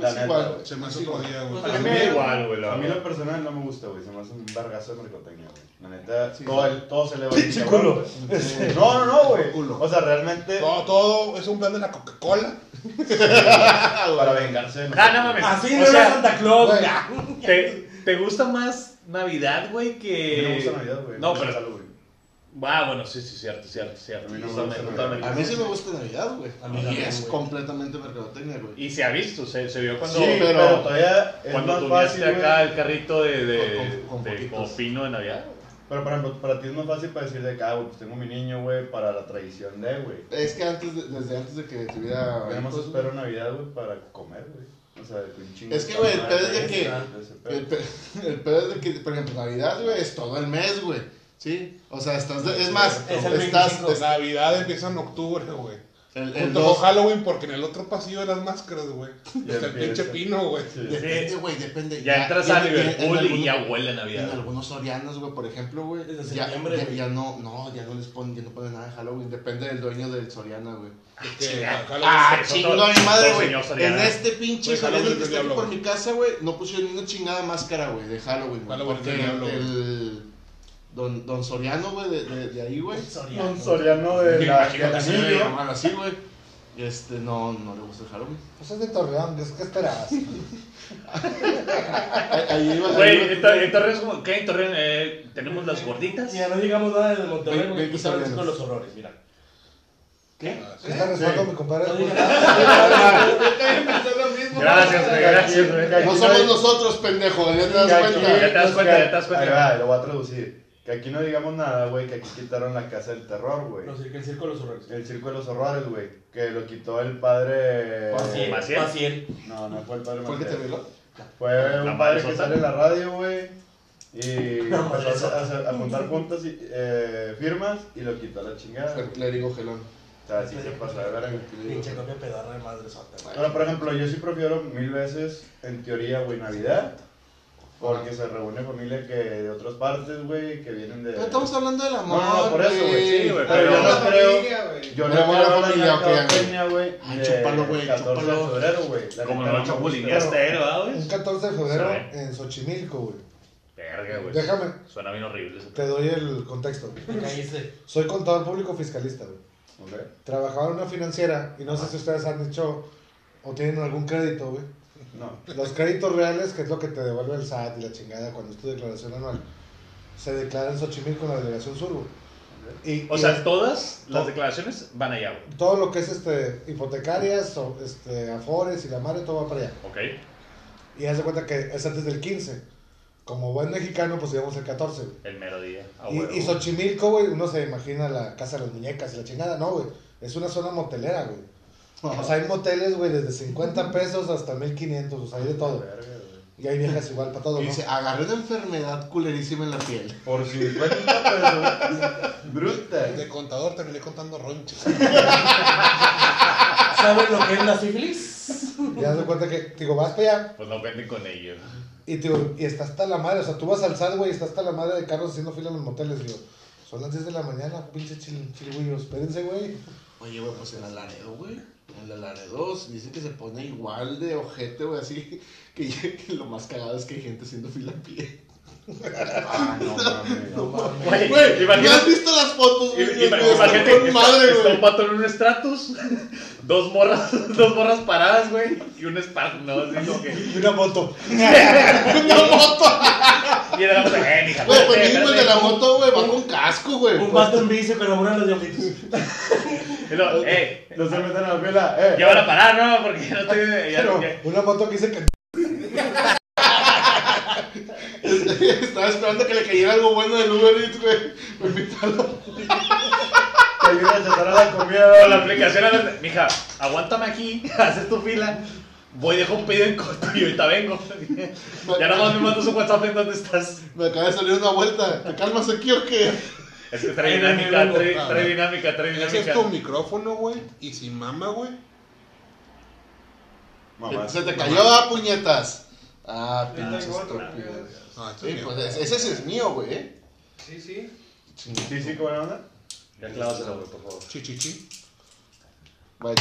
La
es
neta,
igual.
güey.
Se me hace otro día, güey.
A mí,
me da igual, güey, la
A mí
verdad.
lo personal no me gusta, güey. Se me hace un vergazo de mercotecnia, güey. La neta, todo, el- todo se le va a
Pinche culo.
(laughs) No, no, no, güey.
Culo.
O sea, realmente
Todo, todo es un plan de la Coca-Cola.
para vengarse. de
Ah,
nosotros,
no
güey.
mames.
Así
O
no
sea,
era Santa Claus,
güey.
güey.
¿Te, ¿Te gusta más Navidad, güey,
A mí
que...?
no me gusta Navidad, güey.
No,
Me gusta
pero...
Halloween.
Ah, bueno, sí, sí, cierto, cierto, cierto.
A mí no me
Totalmente,
gusta
totalmente.
A mí sí me gusta Navidad, güey.
A mí
Y
también,
es
güey.
completamente mercadotecnia, güey.
Y se ha visto, se, se vio cuando...
Sí, pero,
pero
todavía es
Cuando
más
tuneaste
fácil,
acá
güey.
el carrito de, de,
Con- con- con
de
poquitos.
Copino de Navidad.
Pero, por ejemplo, para ti es más fácil para decir de que, ah, güey, pues tengo mi niño, güey, para la tradición de, güey.
Es que antes, de- desde antes de que tuviera...
Yo nomás
hijos,
espero Navidad, güey, para comer, güey. O sea, de que un chingo.
Es que, güey, el
de
pedo es de que-
ese pedo.
El, pe- (laughs) el pedo es de que, por ejemplo, Navidad, güey, es todo el mes, güey. ¿Sí? O sea, estás. de- es más,
Es el
estás.
25.
es-
Navidad empieza en octubre, güey.
el, el
Junto con
2.
Halloween, porque en el otro pasillo de las máscaras, güey. Está el pinche
empieza.
pino, güey.
Sí.
Depende, güey, depende.
Ya entras a
en- en- en
Liverpool y
algunos-
ya huele a Navidad.
En algunos Sorianos, güey, por ejemplo, güey.
Desde
Ya,
septiembre,
ya,
güey.
ya no, no, ya no les ponen, ya no ponen nada de Halloween. Depende del dueño del Soriana, güey.
Que Halloween
Ah,
eso,
chingo
todo-
a mi madre,
todo
güey.
señor Soriana.
En este pinche
Pues,
Halloween
Halloween
que
del
está aquí
diablo,
por mi casa, güey, no pusieron ni una chingada máscara, güey, de Halloween. güey,
Halloween del
porque
diablo, güey.
el don, don Soriano, güey, de, de, de ahí, güey.
Un soriano de
Me
la
imagino
de
que sí,
anillo.
Llaman así, güey. Este, no, no le gusta el Halloween.
Pues es de Torreón, es que esperabas.
Ahí, ahí iba.
Güey,
ahí
en,
iba-
Tor- en Torreón es como, ¿qué? En Torreón eh, tenemos las gorditas.
Ya no llegamos nada desde Monterrey,
Ve-
porque
ve
aquí
que
están
sabemos.
haciendo los horrores, mira.
¿Qué está rezando mi compadre?
No
Pues,
digas
nada,
nada.
Gracias, güey, gracias, güey.
Aquí
No
no
somos
hay-
nosotros, pendejo, ya te
Que
das
aquí-
cuenta.
Ya te das cuenta, ya te das
Ahí
cuenta.
va, lo voy a traducir. Que aquí no digamos nada, güey, que aquí quitaron la casa del terror, güey.
No sé, que el circo de los horrores.
El circo de los horrores, güey. Que lo quitó el padre.
Maciel. Maciel.
Maciel.
No, no fue el padre
¿Por qué te
Maciel.
violó?
Fue
La
un padre que
madresota.
sale en la radio, güey. Y
La
empezó a,
madresota.
a- a juntar juntas y eh, firmas y lo quitó a la chingada.
El
güey.
clérigo gelón.
O sea, así se pasa de verga.
Pinche copia pedorra de madre sota, güey.
Bueno, por ejemplo, yo sí prefiero mil veces, en teoría, güey, Navidad. Porque se reúne familia que de otras partes, güey, que vienen de...
Pero estamos hablando del amor.
No, no, por eso, güey, sí, güey,
Pero
pero
yo
yo no creo-
Pero
Yo no
bueno,
quiero hablar de
familia, ok,
la campaña, güey.
Ay,
de
chúpalo, güey,
14 de
chúpalo.
febrero, güey. La
Como
neta
lo
no
echó
me gusta.
Pulineaste, ¿verdad, güey?
Un 14 de febrero
Sí.
en Xochimilco, güey.
Verga, güey.
Déjame,
Suena bien horrible. eso.
te doy el contexto.
Me caíste.
Soy contador público fiscalista, güey.
Ok.
Trabajaba en una financiera y no sé si ustedes han hecho o tienen algún crédito, güey.
No.
Los créditos reales, que es lo que te devuelve el SAT y la chingada cuando es tu declaración anual, se declara en Xochimilco en la delegación sur, güey. Y,
O
y
sea,
es-
todas las
to-
declaraciones van allá, güey.
todo lo que es este hipotecarias, o, este, afores y la madre, todo va para allá.
Ok.
Y haz de cuenta que es antes del 15. Como buen mexicano, pues íbamos el 14. güey.
El mero día. Ah,
y,
huevo.
y Xochimilco, güey, uno se imagina la casa de las muñecas y la chingada. No, güey, es una zona motelera, güey. O sea, hay moteles, güey, desde 50 pesos hasta 1500, o sea, hay de todo.
Verga, güey.
Y hay viejas igual para todo,
Y
¿no?
dice, agarré una enfermedad culerísima en la piel.
Por (laughs) 50 pesos. Bruta.
De contador terminé contando ronchas.
¿Sabes lo que es la
(laughs)
sífilis?
Y haz de cuenta que, digo, vas para allá
Pues no cuenten con ellos.
y, digo, y está hasta la madre. O sea, tú vas al SAT, güey, y está hasta la madre de carros haciendo fila en los moteles. Digo, son las 10 de la mañana, pinche chil, chilgüillos. Espérense, güey.
Oye, güey, pues el Alaredo, güey. El Alaredo dice que se pone igual de ojete, güey, así. (laughs) Que, que lo más cagado es que hay gente haciendo fila a pie.
Ah, no mames. (laughs)
No mames.
Güey,
Güey, ¿no
imagínate-
has visto las fotos, güey?
Y- y-
Están
Imagínate,
con
está,
madre,
está
güey.
un vato en un estratus, (laughs) dos morras, (laughs) dos morras paradas, güey, y un spark, ¿no? Así como que.
Y una moto.
Una
(laughs)
moto.
Y era como, eh, mija,
Güey, pues
espérate,
mismo el de la
espérate.
moto, güey, va con casco, güey.
Un
Pues,
vato en bici con la mano en los diablitos.
Y luego, eh,
No se metan a la fila. Eh.
ya van a parar, ¿no? Porque ya no estoy. ya-
Pero
ya-
una moto que dice que.
(laughs) Estaba esperando que le cayera algo bueno del Uber Eats, güey. Me invitaron.
Te ayuda a echar a la
Pero
comida.
la aplicación, a ver, mija, aguántame aquí, (laughs) haces tu fila. Voy, dejo un pedido en corto y ahorita vengo. (laughs) Ya nomás me mandas un WhatsApp en dónde estás.
Me acaba de salir una vuelta. ¿Te calmas aquí o qué?
Es que trae dinámica, trae, trae dinámica, trae
Ese es
dinámica.
tu micrófono, güey. Y si mama, güey.
Mamá.
Se te cayó a puñetas. Ah, pinches estúpidos.
No, esto es
Sí,
mío.
pues ese- ese sí es mío, güey. ¿eh?
Sí, sí.
Sí, sí, ¿cómo era onda?
Ya clávasela, güey, por favor.
Chi, chi, chi.
Bueno.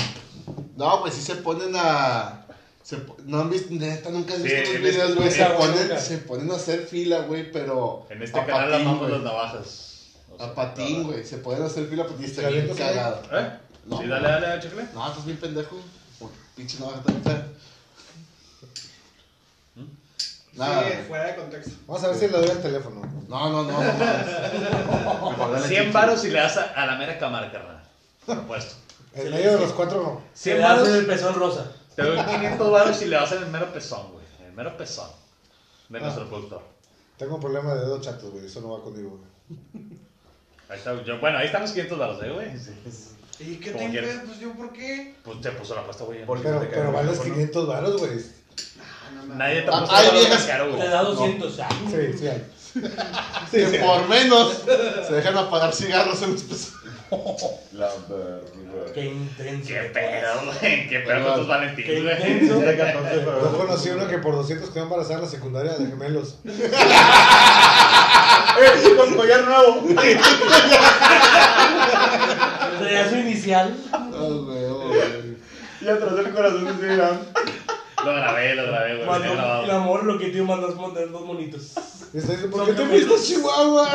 No, güey, sí se ponen a. se po- no han visto, neta, nunca has
Sí,
visto los
en
videos,
este-
güey. Se
nunca,
ponen,
nunca.
se ponen a hacer fila, güey, pero.
En este
a
canal
patín,
amamos
güey.
las navajas. O sea,
A patín,
nada.
güey. Se ponen a hacer fila porque está
¿Y
bien
avientas ahí?
cagado.
¿Eh?
No.
Sí, dale, dale, dale, chécale.
No, estás bien pendejo. Por Pinche no tan fea.
¿Mm?
Nada.
Sí, fuera de contexto.
Vamos a ver si le doy el teléfono.
No, no, no, no. mames.
Mejor dale
100
chichi.
varos y le das a, a la mera cámara, carnal. Propuesto.
En medio de los cuatro, no.
100
Le hacen
varos,
el pezón rosa.
te doy 500 varos y le das en el mero pezón, güey. El mero pezón de nuestro productor.
Tengo un problema de dedos chatos, güey. Eso no va conmigo, güey.
Ahí está, yo, bueno, ahí están los 500 varos, ¿eh, güey. Sí, sí.
¿Y qué
Como
tengo que
quieras.
ver? Pues yo, ¿por qué?
Pues te puso la apuesta, güey.
Por-
Pero,
te cae
pero
el
valen
teléfono.
500 baros, güey. Sí,
Nadie te
Ah,
puso
hay
varos
viejas-
tan caro,
Te
güey.
da 200. ah.
sí, hay.
Que por menos se dejan apagar cigarros en los pesos.
La verga.
Qué intenso.
Qué pedo, güey. Qué pedo con tus
Qué
valentines, güey.
(laughs)
intenso.
Era 14 de febrero.
Yo conocí uno que por 200 quedó embarazada en la secundaria de gemelos.
¡Eh! ¡Con collar nuevo! (laughs)
Traía su inicial.
No, güey, oh, güey.
Y atrás del corazón se miran.
Lo grabé, lo grabé, güey. lo he
Mandó, el
grabado.
amor lo que tío mandó es poner dos monitos.
Y usted dice, ¿por
Son
qué te
gemelos.
fuiste a Chihuahua?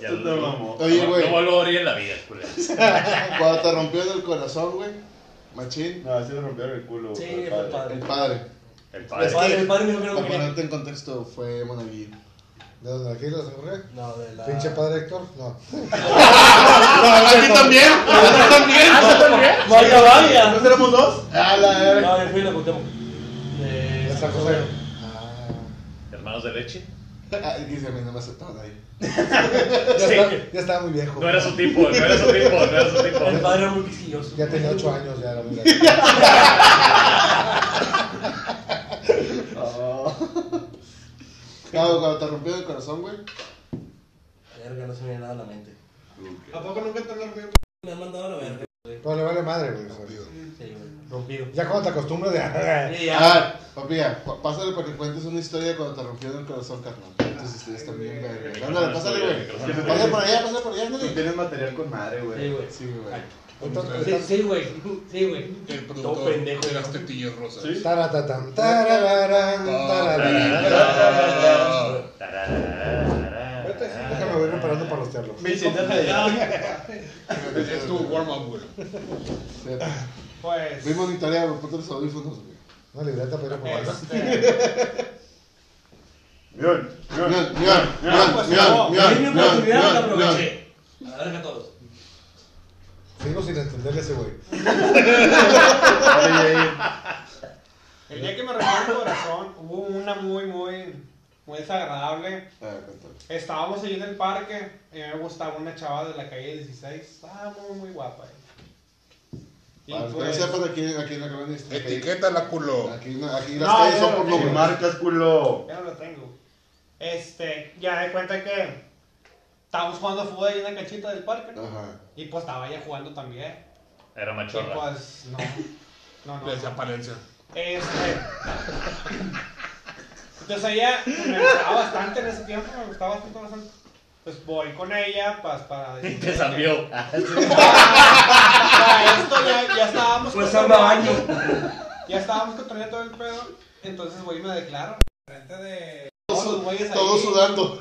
Ya
Tú te mamó.
lo-
Oye,
no-
güey.
No vuelvo a abrir en la vida, culero.
Cuando te rompió el corazón, güey. Machín,
No, así me rompieron el culo.
Sí,
güey,
fue
padre.
el padre.
El
El
padre.
padre, el padre me dijo que no
Para
me quería.
ponerte en contexto, fue Monaguillo.
¿De dónde? ¿Aquí la San
No, de la. Ah,
¿Pinche padre Héctor? No.
¡A ti también! ¡A ti también!
Vaya,
¿No
vaya.
seremos dos?
¡A la verga!
No, de fui la Cuauhtémoc. De
¿De San José? Ah.
Hermanos de leche.
Ah, Dice, a mí no me aceptaban ahí.
Ya,
Sí.
está- ya estaba muy viejo.
No era su tipo, no era su tipo, no era su
El
tipo.
padre era muy quisquilloso.
Ya tenía 8 años, ya era muy
Claro, cuando te rompió el corazón, güey.
Verga, no se me viene nada a la mente.
¿A poco nunca te lo rompieron?
Me han mandado a la verga.
No le vale madre, güey. o sea.
Sí, güey. Rompido.
Ya cuando te acostumbras de. (laughs)
Sí,
A
ya. Ah,
ver, papi, ya, pa- pásale para que cuentes una historia de cuando te rompieron el corazón, carnal. Entonces ustedes también, verga. Ándale, pásale, güey. Pásale por allá, pásale por allá,
Tú
ándale.
tienes material con madre,
Sí,
güey.
güey.
Sí, güey.
Sí, sí, güey. Sí, güey.
El
Todo
productor
pendejo.
de las tetillas rosas.
Sí.
(laughs)
Taratatam, tarararán, tarararán.
Ah.
Vete, Déjame voy preparando para los charlos.
Me siéntate allá.
Es es tu warm-up, güey.
Sí.
Pues.
Voy monitoreando, ponte los audífonos, güey.
No, libreta, pero como vas.
Este,
Mion,
(laughs) Mion,
mion.
mion,
pues,
mion, mion,
No, es mi
mion, mion,
oportunidad, la
mion, mion.
aproveché. A la verga a todos.
Sigo sin entenderle a ese güey.
el día que me rompieron el corazón, hubo una muy, muy, muy desagradable.
A ver, cuéntame.
Estábamos ahí en el parque y me gustaba una chava de la calle 16. Ah, muy, muy guapa. eh.
Para que
pues.
ustedes sepan a quién, a quién acaban de Aquí,
Etiqueta la culo.
este, aquí, aquí las
No,
calles son
yo-
por
Lo
números.
marcas, culo.
Ya no lo tengo. Este, ya de cuenta que estábamos jugando fútbol ahí en la canchita del parque. ¿no?
Ajá.
Y pues estaba ella jugando también.
Era
Y
machorra.
pues no. No, no.
Le decía Palencia.
Este. Entonces ella me gustaba bastante en ese tiempo, me gustaba bastante, bastante. Pues voy con ella pas, para
Y
decirle
te
que-
zambió.
Para esto ya, ya estábamos.
Pues
cotorreando.
anda baño.
Ya estábamos controlando todo el pedo. Entonces voy y me declaro. Frente de. Todos los güeyes ahí.
Todos sudando.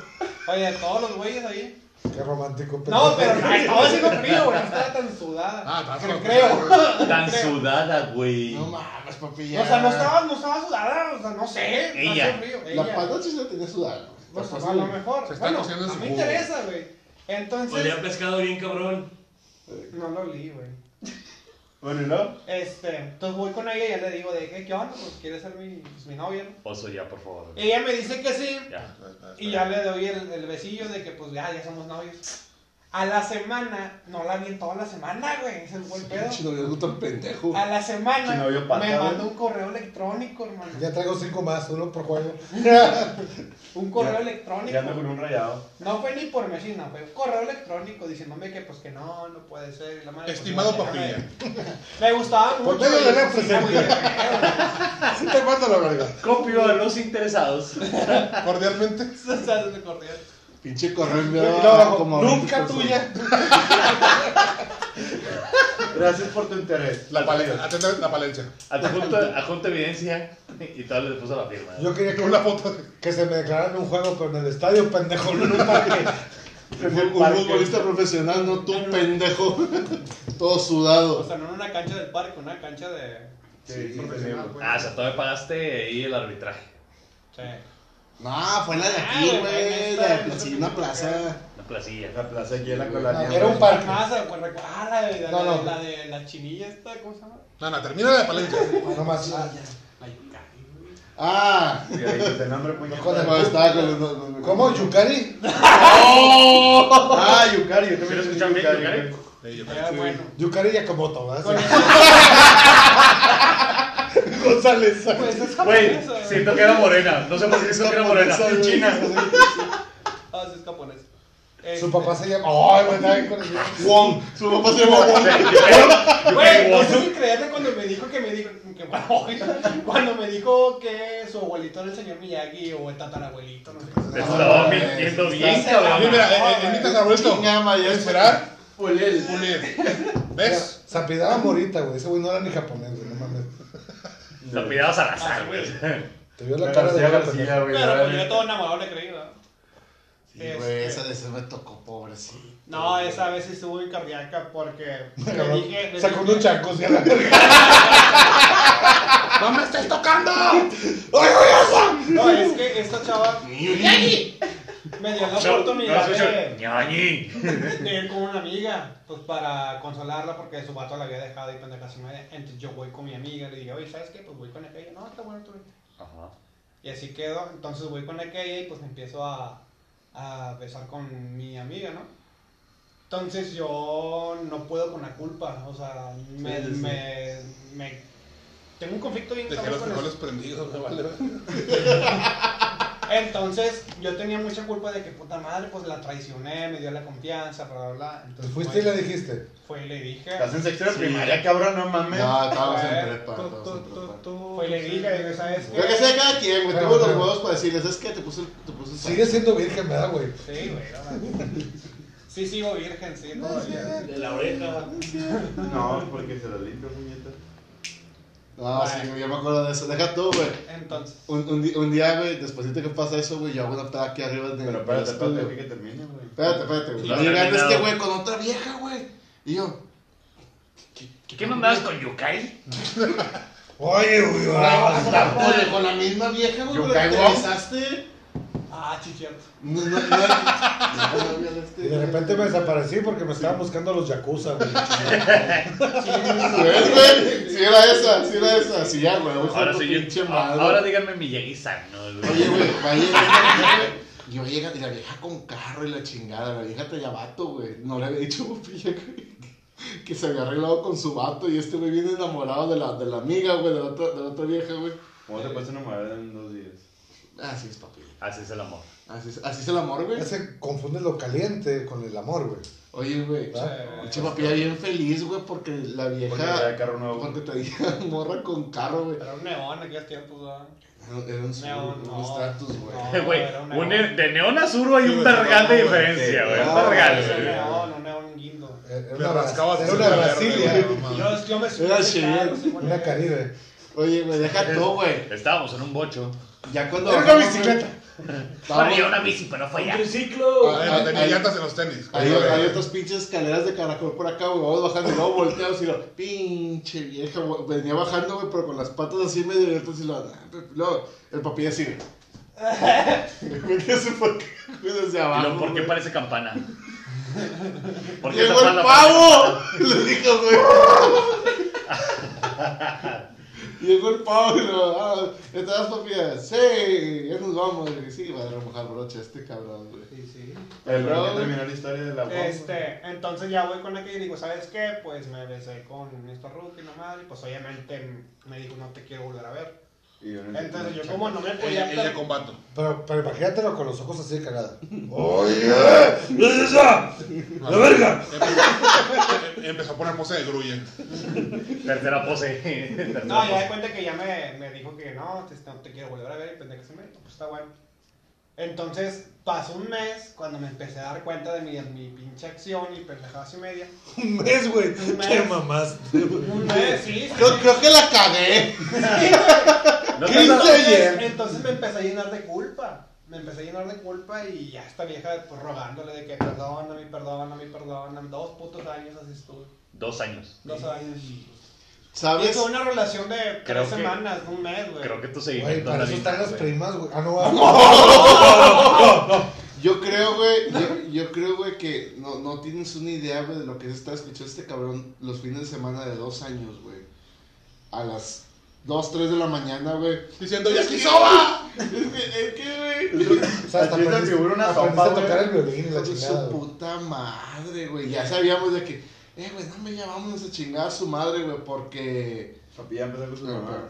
Oye, todos los güeyes ahí.
Qué romántico.
No, pero
pendejo.
no, estaba haciendo frío, güey. No estaba tan sudada.
Ah, estaba
creo.
sudada.
creo.
Tan sudada, güey.
No mames, papi. ya.
O sea, no estaba, no estaba sudada, o sea, no sé. no
Ella.
hacía frío,
La
ella.
pata sí se la tenía sudada.
No sé,
Está
a lo
fácil.
mejor.
Se está
bueno,
cociendo en
a
su
mí me
jugo.
interesa, güey. Entonces.
Olía pescado bien cabrón.
No lo olí, güey.
Bueno, ¿y no?
Este, entonces voy con ella y ya le digo, de qué, ¿qué onda? Pues quieres ser mi, pues, mi novia, ¿no?
Oso, ya, por favor.
Y ella me dice que sí.
Ya.
Y ya le doy el, el besillo de que, pues, ya, ya somos novios. A la semana, no la vi en toda la semana, güey. Ese fue el pedo.
Pinche novio no tan pendejo.
A la semana
Chinovio pata,
me
güey.
mandó un correo electrónico, hermano.
Ya traigo cinco más, uno por juego.
Un correo
Ya-
electrónico.
Ya ando con un rayado.
No fue ni por Messi, no, fue un correo electrónico diciéndome que pues que no, no puede ser. y La madre, pues,
Estimado
no, déjame.
papilla.
Me gustaba mucho.
Pues yo lo
y,
leo
pues, sí,
presente.
(laughs)
Sí te mando la verdad.
Copio a los interesados.
Cordialmente.
güey. (laughs) O sea, se me corría.
Pinche correo enviado. a
No,
como
nunca
20 personas.
tuya.
Gracias por tu interés.
La Palencia. Atenta la Palencia.
Adjunto, adjunto evidencia y todo le puso la firma.
Yo quería que,
Una foto de.
que se me declarara en un juego, pero en el estadio, pendejo, no en un parque.
Un un futbolista profesional, no tú, pendejo. (laughs) Todo
O
sudado.
sea, no en una cancha del parque, una cancha de.
Sí,
profesional, güey.
Ah, o sea, todavía pagaste ahí el arbitraje.
Sí.
No, fue la de
Ah,
aquí,
güey,
güey.
esta,
La
esta
piscina
pinche
plaza.
La placilla.
La plaza aquí en la colonia.
Era un parque.
Ah, se acuerda- ah, la de la,
No, no.
de- la de la chinilla esta, ¿cómo se llama?
No, no, termina la Palencia.
No más. ah,
La Yucari, güey.
Ah,
Y ahí dice, nombre, puñeta.
Con el-
cuando estaba con los- los. los-
¿Cómo? ¿Yucari?
Ah, Yukari, yo también
¿Quieres
soy
escuchar bien,
Yukari,
Yukari?
güey.
Sí, yo creo.
Era bueno.
Yucari Yakamoto,
Con
¿verdad?
eso,
Sí. González.
pues es
Güey,
japonesa. güey.
siento que era morena. No sé por qué siento que era morena.
China.
Ah, sí, es japonesa. Eh,
Su papá se llama. ¡Ay, güey! estaba con el-
Wong. Su papá se llama Wong.
Güey, no sé si creerle cuando me dijo que me dijo. Que, (laughs) cuando me dijo que su abuelito era el señor Miyagi o el tatarabuelito, no sé qué.
Te estaba mintiendo bien,
A mí,
cabrón.
mira, eh, eh, invitas a Roberto.
Chingama, ya
Esperar,
Olé.
pulir. ¿Ves?
Sapidaba Morita, güey. Ese güey no era ni japonés, güey. No mames.
La pidabas al azar, güey.
Te vio la cara de la
García García, güey.
Pero pues yo todo enamorado le creí, ¿verdad? Este,
Sí, güey, esa de esa me tocó, pobre, sí.
No, esa vez sí estuve cardíaca porque le dije. le
Sacó
dije-
unos chancos y a la verga.
¡No me estés tocando!
No, es que esta chava (laughs) me dio la
No, no
oportunidad
escucho.
de,
Ñañi.
de ir con una amiga, pues para consolarla porque su vato la había dejado y pendejas y media. Entonces yo voy con mi amiga y le digo, oye, ¿sabes qué? Pues voy con aquella. No, está bueno tú vete".
Ajá.
Y así quedó. Entonces voy con aquella y pues me empiezo a, a besar con mi amiga, ¿no? Entonces yo no puedo con la culpa, o sea, me, me, me- tengo un conflicto bien
Dejé los
cabrón con
frijoles
eso.
prendidos, me vale.
Entonces yo tenía mucha culpa de que puta madre, pues la traicioné, me dio la confianza, bla, bla, bla. Entonces
Fuiste y le dijiste.
fue y le dije,
Estás en sexto de primaria, cabrón, no mames.
No, estábamos
Eh,
en prepa.
tú,
estábamos en prepa.
fue y le dije, digo, ¿sabes qué?
Lo que sea cada quien, güey.
Pero,
Tengo los
pero-
huevos para decirles, es que te puse el- te puse el
Sigue siendo virgen, ¿verdad, güey?
Sí, güey, ahora. Sí, sigo virgen, sí, todavía.
De la oreja.
No, porque se lo limpio, puñeta.
No, sí, güey, yo me acuerdo de eso. Deja tú, güey.
Entonces,
Un, un, di- un día, güey, después de que pasa eso, güey, yo hago una peda aquí arriba de
Pero
del
espérate,
estudio.
espérate, que termine, güey.
Espérate, espérate, güey.
Y
Va
no
llegando
terminado.
este güey con otra vieja, güey. Y yo,
¿Qué me andabas con Yukai?
Oye, güey.
ah,
ahora-
güey, con la misma vieja, güey,
Yo
con la que te
caigo.
besaste.
ah, chichierto.
No, no, no.
Y de repente me desaparecí porque me estaban buscando los yakuza, (laughs) güey.
¿Ves, güey? Sí era esa, sí era esa. Sí, ya, güey. güey,
Ahora
fue
soy
tu pinche
yo.
madre.
Ahora díganme Miyagi-san, ¿no?
Oye, güey, va llegando. Yo llega y la vieja con carro y la chingada, la vieja te vato, güey. No le había dicho, güey. que se había arreglado con su vato y este güey viene enamorado de la, de la amiga, güey, de la, otra, de la otra vieja, güey.
¿Cómo te puedes enamorar en dos días?
Así es, papi.
Así es el amor.
Así es, así es el amor, güey.
Ya se confunde lo caliente con el amor, güey.
Oye, güey,
Ah,
¿verdad?
eh,
pinche papi era bien feliz, güey, porque la vieja...
Porque traía carro nuevo.
Porque traía (laughs) morra con carro, güey.
Era un neón en aquellos tiempos, ¿verdad?
Era- Era un
Neón,
Subaru,
no.
un Stratus, güey.
(laughs)
No.
Güey,
era un
un-
neón.
de neón a zurro hay
Sí,
un
güey,
vergal de
no, güey,
diferencia,
sí.
güey. Un
No,
vergal,
Era un
güey.
neón, un neón guindo.
Eh, Era
Le
una,
rascabas
Bras- era
así
una
la verga,
Brasilia,
güey, no mames.
Yo, yo me subí
Era
a ese
Cheyenne,
carro, se ponía-
una Caribe.
Oye, güey, deja todo, güey.
Estábamos en un bocho.
Ya cuando...
Era una
bajamos,
bicicleta.
güey,
Había una bici, pero fue
Un
allá.
triciclo.
Ah,
Ah,
ahí-
no tenía
ahí-
llantas en los tenis.
Hay,
Güey.
hay otras pinches escaleras de caracol por acá, güey. Vamos bajando y luego volteamos y lo, pinche vieja, güey. Venía bajando, güey, pero con las patas así medio abiertas y lo, "Ah", pero luego el papi así, (laughs) güey. Güey, que se fue güey, desde
Y
abajo.
luego, ¿Por qué
güey.
parece campana? ¿Por qué
¡Llegó
esa
el
pala-
pavo! (laughs) Le dije, güey. Llegó el pavo y lo, ah, ¿estás papi? Sí, ya nos vamos. Y dije, sí, va a remojar brocha este cabrón, güey.
Sí, sí.
El
Pero,
bro.
güey.
terminó la historia de la bomba.
Este, entonces ya voy con la que y digo, ¿sabes qué? Pues me besé con esta Ruth y la madre, y pues obviamente me dijo, no te quiero volver a ver.
Y yo no
Entonces
(laughs)
yo
entiendo.
como no me podía...
Ella, ella
per-
con vato.
Pero, pero imagínatelo con los ojos así de cagada.
¡Oye! ¿Es esa? ¡La verga!
Empezó- (laughs) Empezó a poner pose de grulla.
Tercera pose. (laughs) Tercera
No, ya
pose.
de cuenta que ya me, me dijo que no, te, no te quiero volver a ver y pendeja se me dijo, pues está bueno. Entonces pasó un mes cuando me empecé a dar cuenta de mi, de mi pinche acción y pendejadas y media.
(laughs) Un mes, güey.
Un mes.
Qué mamaste, (laughs) güey.
Un mes, sí, sí.
Yo creo que la cagué.
No te-
¿Qué?
Entonces-
hice ayer?
Entonces me empecé a llenar de culpa. Me empecé a llenar de culpa y ya esta vieja pues, rogándole de que perdóname, perdóname, perdóname. Dos putos años así estuve.
Dos años.
Dos años. Y
¿Sabes?
fue una relación de
Creo
tres
que-
semanas, un mes, güey.
Creo que tu
Güey,
seguimiento
para
anda
eso
bien
están
mal,
las
güey.
primas, güey. Ah, no, va.
Yo creo, güey, yo, yo creo, güey, que no, no tienes una idea, güey, de lo que se está escuchando este cabrón los fines de semana de dos años, güey. A las 2, 3 de la mañana, güey.
Diciendo, ya quiso.
soba! (laughs) Es que, es que, güey.
O sea, hasta
Aquí te
aprendiste,
figura una
aprendiste
sopa,
a tocar
güey.
el violín y la
Hijo de
chingada.
su
güey.
puta madre, güey. Ya sabíamos de que, eh, güey, no me llamamos a chingar a su madre, güey, porque.
Papi ya empezó con su mamá.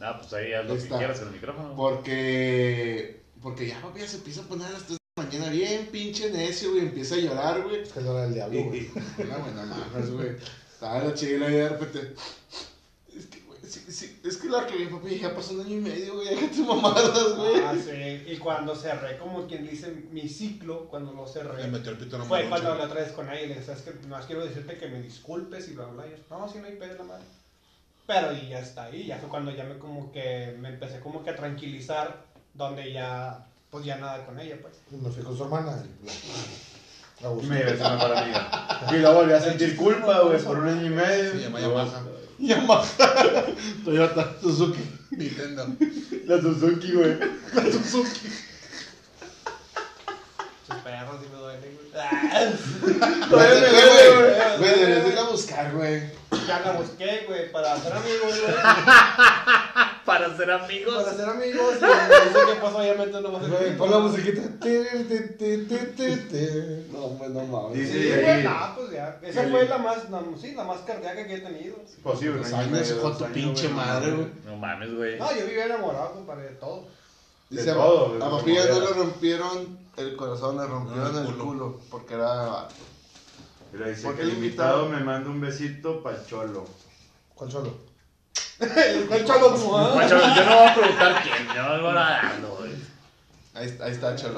Ah, pues ahí haz lo que
Está.
quieras en el micrófono.
Porque. Porque ya, papi, ya se empieza a poner a las 3 de la mañana bien pinche necio, güey. Empieza a llorar, güey.
Es que es la hora del diablo, güey.
Una buena mames, güey. Estaba la chila y de repente. Es que, güey, sí, sí, es que la que papi, ya pasó un año y medio, güey. Deja tus mamadas, güey.
Ah, sí. Y cuando cerré, como quien dice, mi ciclo, cuando lo cerré.
Le metió el pito en la
Fue cuando
mano.
la otra vez con ella y le dije, "Sabes qué? Nomás quiero decirte que me disculpes y bla, bla, bla. Y yo, no, si no hay pedo, la madre. Pero y ya está ahí, ya fue cuando ya me como que, me empecé como que a tranquilizar, donde ya, pues ya nada con ella, pues.
Y Me fui con su hermana. y la- la
Y
abusé.
me llevé a su mejor amiga. Y luego volví a sentir culpa, güey, por un año y medio.
Se llama
Luego-
Yamaha.
Yamaha. Toyota, Suzuki.
Nintendo.
La Suzuki, güey.
Sus perros y me duelen, güey. (laughs)
Todavía me duele,
Güey,
güey.
güey, deberías de ir a buscar, güey.
Ya la busqué, güey, para ser amigos, güey.
Para ser amigos.
Para ser amigos, y dice que pues obviamente no va a ser
Güey,
amigo.
pon la musiquita. Ti, ti, ti, ti, ti, ti.
No, güey, no mames.
Dice-
Sí,
Sí,
güey,
ahí.
no, pues ya. Esa
Sí.
fue la más, la, sí, la más cardíaca que he tenido.
Posible,
Dos años, hijo de tu pinche madre, güey.
No mames, güey.
No, yo vivía enamorado, compadre, de todo.
Dice,
De todo, güey,
a
como
papi ya
quiera.
no le rompieron el corazón, le rompieron
No, el
el
culo.
culo. Porque era.
Y le dice
Porque
que el
el
invitado
invitado-
me manda un besito pa' cholo.
¿Cuál solo?
El
pues,
cholo como, ah.
Guacho, yo no voy a preguntar quién, yo no lo voy a dar, güey.
Ahí, ahí está, chalo.